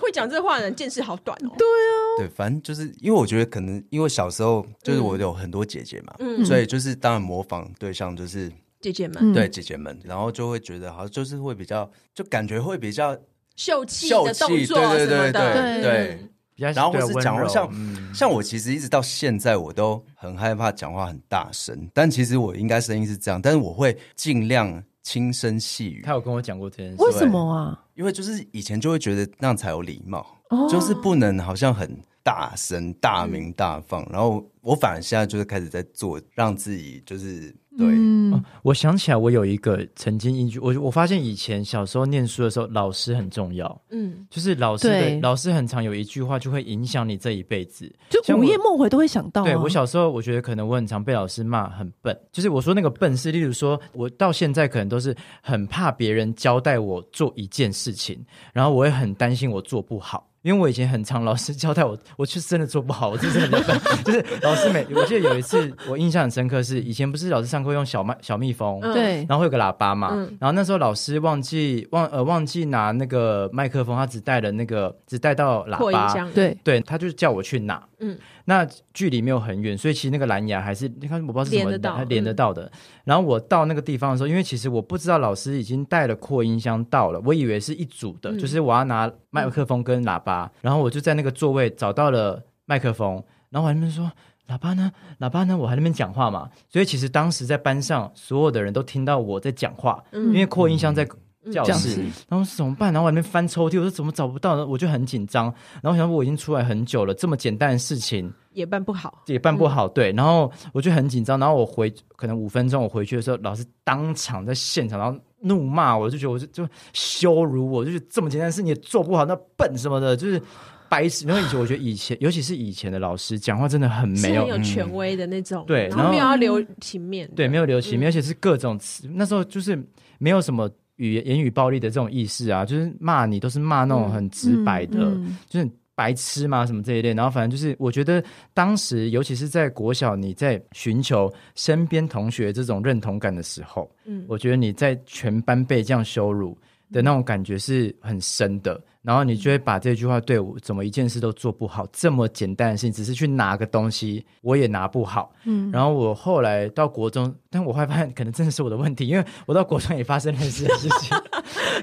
S2: 会讲这话的人见识好短哦。
S4: 对，反正就是因为我觉得可能因为小时候就是我有很多姐姐嘛，
S2: 嗯
S4: 所以就是当然模仿对象就是
S2: 姐姐们，
S1: 嗯
S4: 对姐姐们，然后就会觉得好像就是会比较就感觉会比较
S2: 秀气
S4: 秀
S2: 的
S4: 气，
S2: 动
S4: 对
S2: 作什
S4: 对
S2: 么
S4: 对
S2: 的，
S1: 对
S4: 对对。
S3: 比较
S4: 然后
S3: 对啊
S4: 或是
S3: 温
S4: 讲话
S3: 柔
S4: 像
S3: 嗯
S4: 像我其实一直到现在我都很害怕讲话很大声，但其实我应该声音是这样，但是我会尽量轻声细语
S3: 他，有跟我讲过这件事，
S1: 为什么啊？
S4: 因为就是以前就会觉得那样才有礼貌，
S1: 哦
S4: 就是不能好像很大声大
S1: 嗯
S4: 鸣大放。然后我反而现在就是开始在做，让自己就是对、
S1: 嗯，
S3: 哦我想起来，我有一个曾经一句，我我发现以前小时候念书的时候，老师很重要，
S2: 嗯，
S3: 就是老师
S1: 对
S3: 的老师很常有一句话就会影响你这一辈子。
S1: 就
S3: 像我
S1: 午夜梦回都会想到、啊。
S3: 对我小时候，我觉得可能我很常被老师骂很笨，就是我说那个笨是，例如说我到现在可能都是很怕别人交代我做一件事情，然后我也很担心我做不好。因为我以前很常老师交代我，我去真的做不好，我就是很笨。就是老师每，我记得有一次我印象很深刻是，以前不是老师上课用小麦小蜜蜂，
S2: 嗯
S1: 对，
S3: 然后会有个喇叭嘛，然后那时候老师忘记忘呃忘记拿那个麦克风，他只带了那个只带到
S2: 扩
S3: 喇
S2: 音
S3: 叭，
S2: 箱，
S1: 对，
S3: 对，他就叫我去拿，
S2: 嗯
S3: 嗯，那距离没有很远，所以其实那个蓝牙还是你看我不知道是什么
S2: 连得到嗯
S3: 它连得到的。然后我到那个地方的时候，因为其实我不知道老师已经带了扩音箱到了，我以为是一组的，
S2: 嗯
S3: 就是我要拿麦克风跟喇叭，然后我就在那个座位找到了麦克风，然后我还在那边说。喇叭呢？喇叭呢？我还在那边讲话嘛，所以其实当时在班上，所有的人都听到我在讲话，
S2: 嗯
S3: 因为扩音箱在教
S1: 教
S3: 室
S1: 室，
S3: 然后怎么办？然后我在那边翻抽屉，我说怎么找不到呢？我就很紧张。然后想说我已经出来很久了，这么简单的事情
S2: 也办不好，
S3: 也办不好，
S1: 嗯
S3: 对。然后我就很紧张。然后我回可能五分钟，我回去的时候，老师当场在现场，然后怒骂我，就觉得我就就羞辱我，就是这么简单的事你也做不好，那笨什么的，就是白痴。然后以前我觉得以前，尤其是以前的老师讲话真的很
S2: 是
S3: 没
S2: 很
S3: 有嗯
S2: 有权威的那种，
S3: 对
S2: 然
S3: 然
S2: 后
S3: 后
S2: 没有要留情面，
S3: 对，没有留情面，而且是各种词。那时候就是没有什么语言言语暴力的这种意识啊，就是骂你都是骂那种很直白的，
S1: 嗯
S3: 就是很白痴嘛什么这一类。然后反正就是，我觉得当时尤其是在国小，你在寻求身边同学这种认同感的时候，
S2: 嗯
S3: 我觉得你在全班被这样羞辱的那种感觉是很深的。然后你就会把这句话对我怎么一件事都做不好，这么简单的事情，只是去拿个东西，我也拿不好。
S1: 嗯，
S3: 然后我后来到国中，但我后来发现可能真的是我的问题，因为我到国中也发生类似的事情，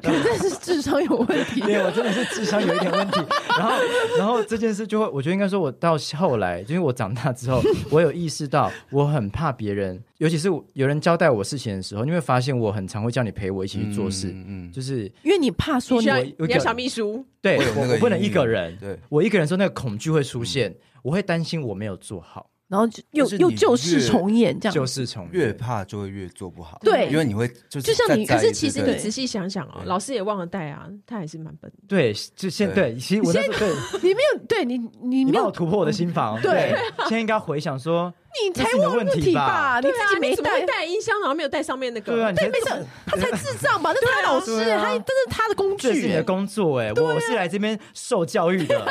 S1: 可能真的是智商有问题。
S3: 对我真的是智商有一点问题。然后，然后这件事就会，我觉得应该说，我到后来，因为我长大之后，我有意识到我很怕别人，尤其是有人交代我事情的时候，你会发现我很常会叫你陪我一起去做事，
S4: 嗯，嗯
S3: 就是
S1: 因为你怕说
S2: 你需
S1: 你
S2: 要
S3: 我
S2: 你
S3: 我
S2: 要小秘书，
S3: 对
S4: 会有那
S3: 我
S4: 个
S3: 我不能
S4: 阴
S3: 一个
S4: 影
S3: 人，
S4: 对，嗯
S3: 我一个人的时候那个恐惧会出现，我会担心我没有做好，
S1: 然后就又
S4: 就是你
S1: 又旧事重演这样，
S3: 就是从
S4: 越怕就会越做不好，
S1: 对
S4: 因为你会就是
S1: 就像你
S4: 在
S2: 可
S4: 在意
S2: 是其实你
S4: 这个
S2: 仔细想想哦，
S4: 对
S2: 老师也忘了带啊，他还是蛮笨的。
S3: 对，就现
S4: 对
S3: 对，其实我那时候对。
S1: 你没有对你你
S3: 你
S1: 没
S3: 帮
S1: 有
S3: 我突破我的心房。
S1: 对，
S3: 现在应该回想说，
S1: 你才
S3: 那是你的
S1: 问
S3: 问题
S1: 题吧？
S3: 吧
S1: 你自己啊没
S2: 啊你怎么
S1: 带
S2: 会，带音箱，然后没有带上面那个？
S3: 对啊，你才
S1: 没事，他才智障吧？那是他老师，
S3: 对啊
S1: 他这是他的工
S3: 这是
S1: 具
S3: 你的
S1: 欸，
S3: 工作哎，我是来这边受教育的。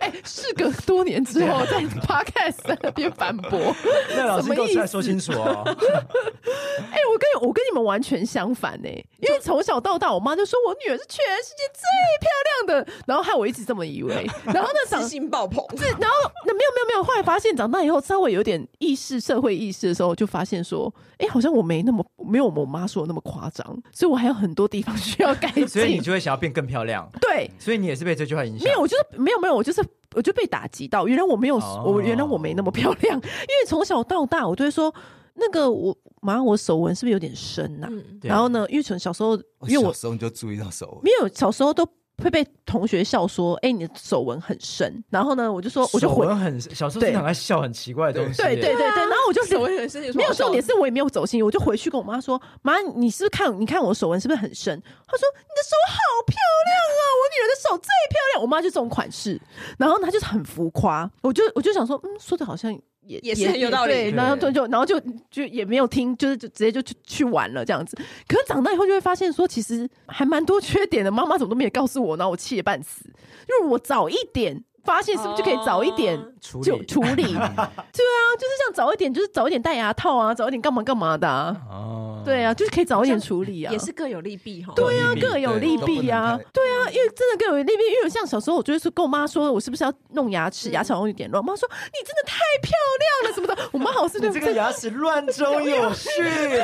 S1: 哎，事隔多年之
S3: 啊
S1: 后，在 podcast 那边反驳。
S3: 那老师给我出来说清楚哦。
S1: 哎、我跟我跟你们完全相反呢、因为从小到大，我妈就说我女儿是全世界最漂亮的，然后害我一直这么以为。然后呢，长
S2: 自信爆棚，
S1: 然后那没有没有没有，后来发现长大以后稍微有点意识、社会意识的时候，就发现说，哎、好像我没那么没有我妈说的那么夸张，所以我还有很多地方需要改
S3: 所以你
S1: 进。
S3: 就会想要变更漂亮，
S1: 对，
S3: 所以你也是被这句话影响。
S1: 没有，我就是没有没有，我就是我就被打击到，原来我没有，
S3: 哦
S1: 我原来我没那么漂亮，因为从小到大，我都会说那个我妈，我手纹是不是有点深呐、啊
S2: 嗯，
S3: 对啊
S1: 然后呢，因为从小时候，
S4: 哦
S1: 因为
S4: 小
S1: 我
S4: 时候你就注意到手
S1: 没有小时候都会被同学笑说，哎、你的手纹很深。然后呢，我就说，我就
S3: 手
S1: 回，
S3: 纹很小时候
S1: 对
S3: 经常在笑很奇怪的东西耶，
S1: 对对对对，然后我就
S2: 手纹很深，
S1: 没有重点是我也没有走心，我就回去跟我妈说：“妈，你是不是看你看我手纹是不是很深？”她说：“你的手好漂亮啊，我女儿的手最漂亮。”我妈就这种款式，然后她就是很浮夸，我就我就想说，嗯，说的好像也
S2: 也是很有道理
S1: 对然后就就然后就就也没有听，就是就直接就去去玩了这样子。可是长大以后就会发现说，其实还蛮多缺点的，妈妈怎么都没有告诉我，然后我气得半死。就是我早一点发现，是不是就可以早一点？
S2: 哦
S3: 处
S1: 就
S3: 理
S1: 处 理，对啊，就是像早一点，就是早一点戴牙套啊，早一点干嘛干嘛的、啊，
S3: 哦
S1: 对啊，就是可以早一点处理啊，
S2: 也是各有利弊哈。
S1: 对啊，
S3: 利弊
S1: 各有利弊啊
S4: 对都不能太，
S1: 对啊，因为真的各有利弊，因为像小时候，我就会说跟我妈说，我是不是要弄牙齿，
S3: 嗯
S1: 牙齿好像有点乱，我妈说你真的太漂亮了什么的，我妈好像是
S3: 你这个牙齿乱中有序，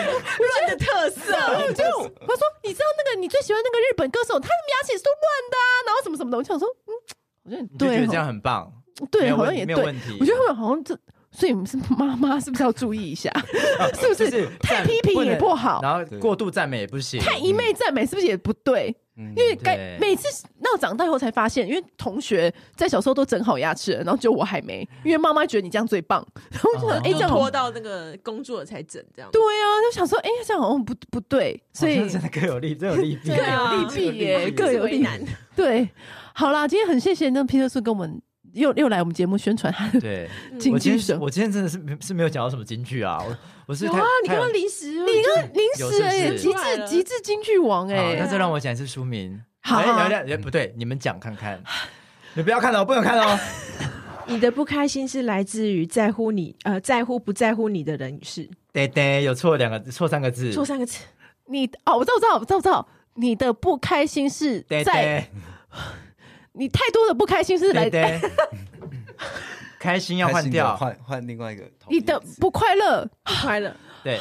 S1: 乱的特色，我就她说你知道那个你最喜欢那个日本歌手，他的牙齿是都乱的啊，然后什么什么的，我就想说，嗯，好像也 对
S3: 你就觉得
S1: 哦
S3: 这样很棒，没
S1: 对，
S3: 有
S1: 好
S3: 问
S1: 像也
S3: 没
S1: 对
S3: 有，问题。
S1: 我觉得好像这。所以我们是妈妈，是不是要注意一 下？是不
S3: 就是
S1: 太
S3: 赞
S1: 批评也
S3: 能
S1: 不好
S3: 然后
S4: 对
S3: 过度赞美也不行，哦
S1: 太一昧赞美是不是也不对？
S4: 嗯
S1: 因为该
S3: 对
S1: 每次那长大以后才发现，因为同学在小时候都整好牙齿了，然后只有我还没，因为妈妈觉得你这样最棒，然后我就想，
S3: 哦
S1: 哎、这样
S2: 拖
S1: 好，
S2: 到那个工作才整这样。
S1: 对啊，就想说，哎、这样好像不不对，所以
S3: 好像真的各有利，真有利弊，
S2: 对啊
S1: 各有利弊耶，
S2: 各
S1: 各
S2: 有
S1: 有
S2: 为
S1: 利
S2: 难，
S1: 对。好啦，今天很谢谢那皮特叔跟我们又又来我们节目宣传他的
S3: 对。
S1: 金
S3: 嗯我今
S1: 句
S3: 天
S1: 手
S3: 是，我今天真的是没是没有讲到什么金句啊，我我是
S2: 有
S3: 太
S2: 啊，你
S3: 太
S2: 刚
S3: 有
S2: 刚临时，
S1: 你刚刚临
S3: 有
S1: 时
S3: 是不
S1: 哎、
S3: 是
S1: 极
S2: 出来
S1: 致
S2: 了
S1: 极致京剧王哎、
S3: 好，那再让我讲一次书名。
S1: 好
S3: 哎
S1: 好
S3: 聊聊哎不对，你们讲看 看。你不要看了，我不能看哦。
S2: 你的不开心是来自于在乎你，呃，在乎不在乎你的人与事。
S3: 对对，有错两个，错三个字。
S2: 错三个 字，
S1: 你哦，我知道，我知道，我知道，我知道，你的不开心是
S3: 对
S1: 在
S3: 对
S1: 你太多的不开心是来
S3: 对对， 开心要
S4: 开
S3: 换
S4: 心的
S3: 掉。
S4: 换换另外一个同义
S1: 你
S4: 词。
S1: 的不快乐。
S2: 不快乐。
S3: 对，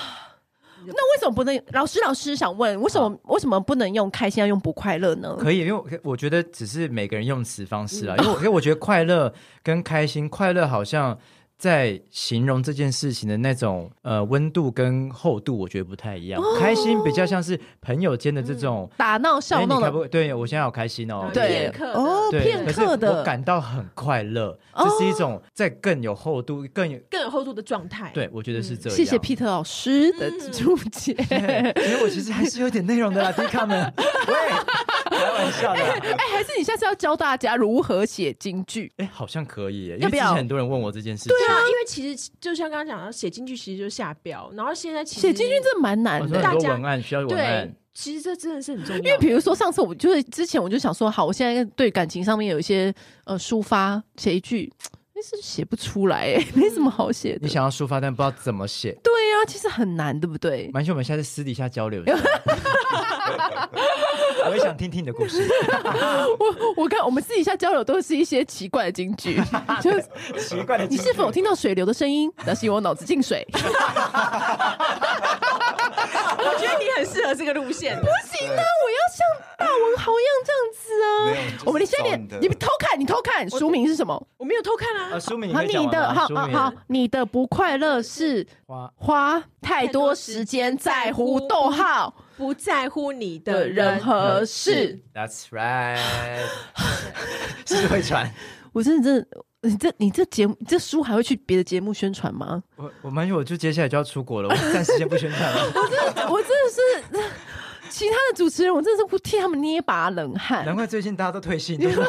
S1: 那为什么不能？老师，老师想问，为什么为什么不能用开心，要用不快乐呢？
S3: 可以，因为我我觉得只是每个人用词方式
S1: 嗯
S3: 啊，因为我因为我觉得快乐跟开心，快乐好像在形容这件事情的那种呃温度跟厚度，我觉得不太一样。
S1: 哦
S3: 开心比较像是朋友间的这种，
S1: 打闹
S3: 哎
S1: 嗯笑
S3: 你
S1: 闹
S3: 开
S1: 的，
S3: 不对我现在好开心哦，
S1: 对
S2: 片刻的
S1: 哦，
S3: 对，
S1: 片
S3: 可是
S1: 刻
S3: 我
S1: 的，
S3: 感到很快乐，
S1: 哦
S3: 这是一种在更有厚度、更有
S2: 更有厚度的状态。
S3: 对，我觉得是这
S1: 嗯
S3: 样。
S1: 谢谢 Peter 老师的注 解。
S3: 对因为我其实还是有点内容的啦 d 卡们，喂，开玩笑的啦。
S1: 哎，还是你下次要教大家如何写京剧？
S3: 哎，好像可以耶，因
S1: 要
S3: 为
S1: 不
S3: 之
S1: 要
S3: 前很多人问我这件事情。
S2: 对啊，因为其实就像刚刚讲到，写进去其实就下标，然后现在其实
S1: 写京哦剧真的蛮难
S3: 我说
S1: 的。
S3: 很
S2: 大
S3: 多
S2: 家
S3: 文案需要文
S2: 对
S3: 案，，
S2: 其实这真的是很重要。
S1: 因为比如说上次我就是之前我就想说，好，我现在对感情上面有一些呃抒发，写一句，那是写不出来、欸， 没什么好写的
S3: 你。想要抒发，但不知道怎么写。
S1: 对呀、其实很难，对不对？
S3: 蛮希望我们下次私底下交流一下。 我也想听听你的故事，
S1: 我我看我们私底下交流都是一些奇怪的金 句，就是
S3: 奇怪的
S1: 你是否有听到水流的声音？那是因为我脑子进 水。
S2: 我觉得你很适合这个路线，
S1: 不行啊，我要像大文豪一样这样子啊！
S4: 没有，就是
S1: 我们你现在
S4: 找
S1: 连
S4: 的
S1: 你偷看，你偷看，书名是什么？
S2: 我没有偷看啊
S3: 呃，，书名
S1: 好，
S3: 可以讲
S1: 你
S3: 完
S1: 的
S3: 吗
S1: 好
S3: 书
S1: 好
S3: 名
S1: 好，你的不快乐是
S3: 花
S1: 花太多时间在乎逗号
S2: 不在乎你
S1: 的
S2: 的
S1: 人
S2: 人。
S1: 和事。
S3: That's right，是会传。
S1: 我真的真的，你这你这节目这书还会去别的节目宣传吗？
S3: 我我蛮有，我就接下来就要出国了，我暂时先不宣传 了。
S1: 我真的是。 其他的主持人，我真的是替他们捏把冷汗
S3: 难。怪最近大家都退信，都说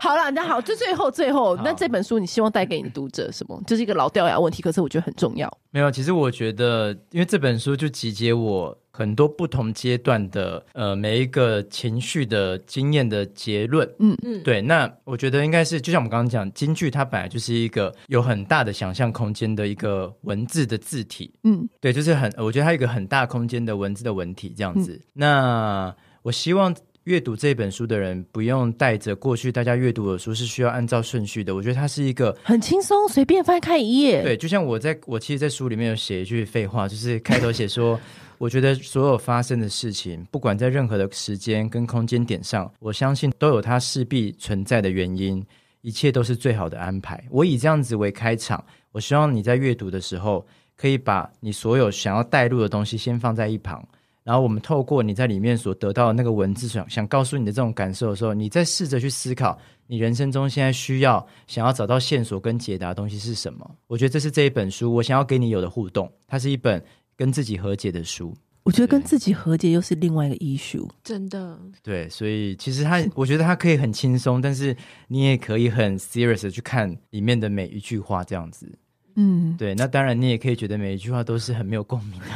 S1: 好了，那好，就最后最后，
S3: 好
S1: 那这本书你希望带给你的读者什么？就是一个老掉牙问题，可是我觉得很重要。
S3: 没有。其实我觉得，因为这本书就集结我很多不同阶段的呃每一个情绪的经验的结论。
S2: 嗯，
S3: 对，那我觉得应该是，就像我们刚刚讲，京剧它本来就是一个有很大的想象空间的一个文字的字体，
S1: 嗯，
S3: 对，就是很，我觉得它有一个很大空间的文字的文体这样子。那我希望。阅读这本书的人不用带着过去大家阅读的书是需要按照顺序的，我觉得它是一个
S1: 很轻松，随便翻开一页。
S3: 对，就像我在我其实，在书里面有写一句废话，就是开头写说，我觉得所有发生的事情，不管在任何的时间跟空间点上，我相信都有它势必存在的原因，一切都是最好的安排。我以这样子为开场，我希望你在阅读的时候，可以把你所有想要带入的东西先放在一旁。然后我们透过你在里面所得到的那个文字想想告诉你的这种感受的时候，你再试着去思考你人生中现在需要想要找到线索跟解答的东西是什么。我觉得这是这一本书我想要给你有的互动，它是一本跟自己和解的书。
S7: 我觉得跟自己和解又是另外一个 issue。
S2: 真的，
S3: 对，所以其实它，我觉得它可以很轻松，但是你也可以很 serious 的去看里面的每一句话，这样子。
S1: 嗯，
S3: 对，那当然你也可以觉得每一句话都是很没有共鸣的。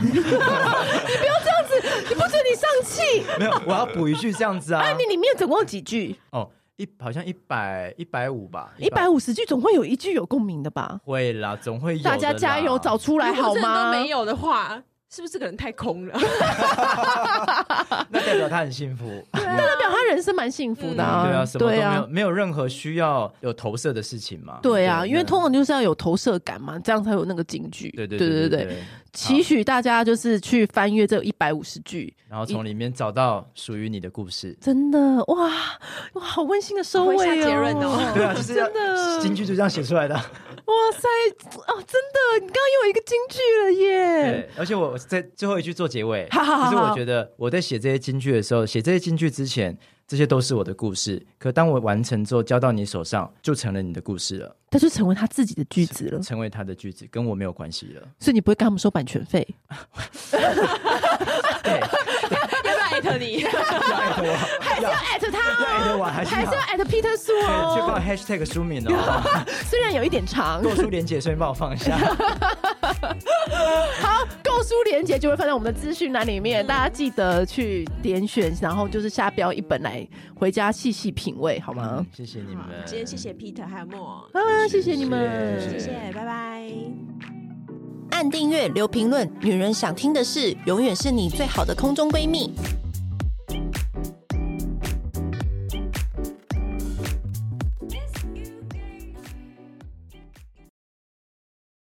S1: 你不准你上气。
S3: 没有，我要补一句这样子啊。
S1: 你里面总共有几句？
S3: 哦，一好像一百一百五吧，
S1: 一百五十句，总会有一句有共鸣的吧？
S3: 会啦，总会有的
S1: 大
S3: 啦。
S1: 家加油，找出来
S2: 如果
S1: 好
S2: 真的
S1: 吗？
S2: 都没有的话，是不是这个人太空 了？
S3: 那代表他很幸福。
S1: 那代表他人生蛮幸福的
S2: 嗯
S3: 对
S1: 啊
S3: 啊，，什么都没
S1: 对
S3: 有，
S1: 啊。
S3: 没有任何需要有投射的事情嘛。
S1: 对啊，因为
S3: 那
S1: 通常就是要有投射感嘛，这样才有那个金句。
S3: 对对
S1: 对
S3: 对
S1: 对，期许大家就是去翻阅这一百五十句，
S3: 然后从里面找到属于你的故事。
S1: 真的哇哇，好温馨的收尾
S2: 好
S1: 哦！
S2: 会下结论哦
S3: 对啊，就是
S1: 真的
S3: 京剧就这样写出来的。
S1: 哇塞哦，真的，你刚刚有一个金句了耶！
S3: 对，而且我在最后一句做结尾，
S1: 好好好
S3: 就是我
S1: 好
S3: 觉得我在写这些京剧的时候，写这些京剧之前，这些都是我的故事。可当我完成之后，交到你手上，就成了你的故事了，
S1: 他就成为他自己的句子了，
S3: 成为他的句子，跟我没有关 系了。
S1: 所以你不会跟他们收版权费。
S3: 对，
S2: 要不要艾特你？
S3: 要艾 特我，要
S1: 艾特他
S3: 要艾特我，还是
S1: 还是
S3: 要
S1: 要艾特 Peter 苏
S3: 对 去
S1: 哦，
S3: 帮 hashtag 书名 哦，
S1: 虽然有一点长，
S3: 购书连结，顺便帮我放一下。
S1: 好，购书链接就会放在我们的资讯栏里
S2: 嗯
S1: 面，大家记得去点选，然后就是下标一本来回家细细品味， 好吗
S3: 嗯？谢谢你们
S2: 好， 今天谢谢 Peter 还有莫，
S1: 啊，谢谢你们，
S2: 嗯谢谢，拜拜。
S7: 按订阅，留评论，女人想听的事，永远是你最好的空中闺蜜。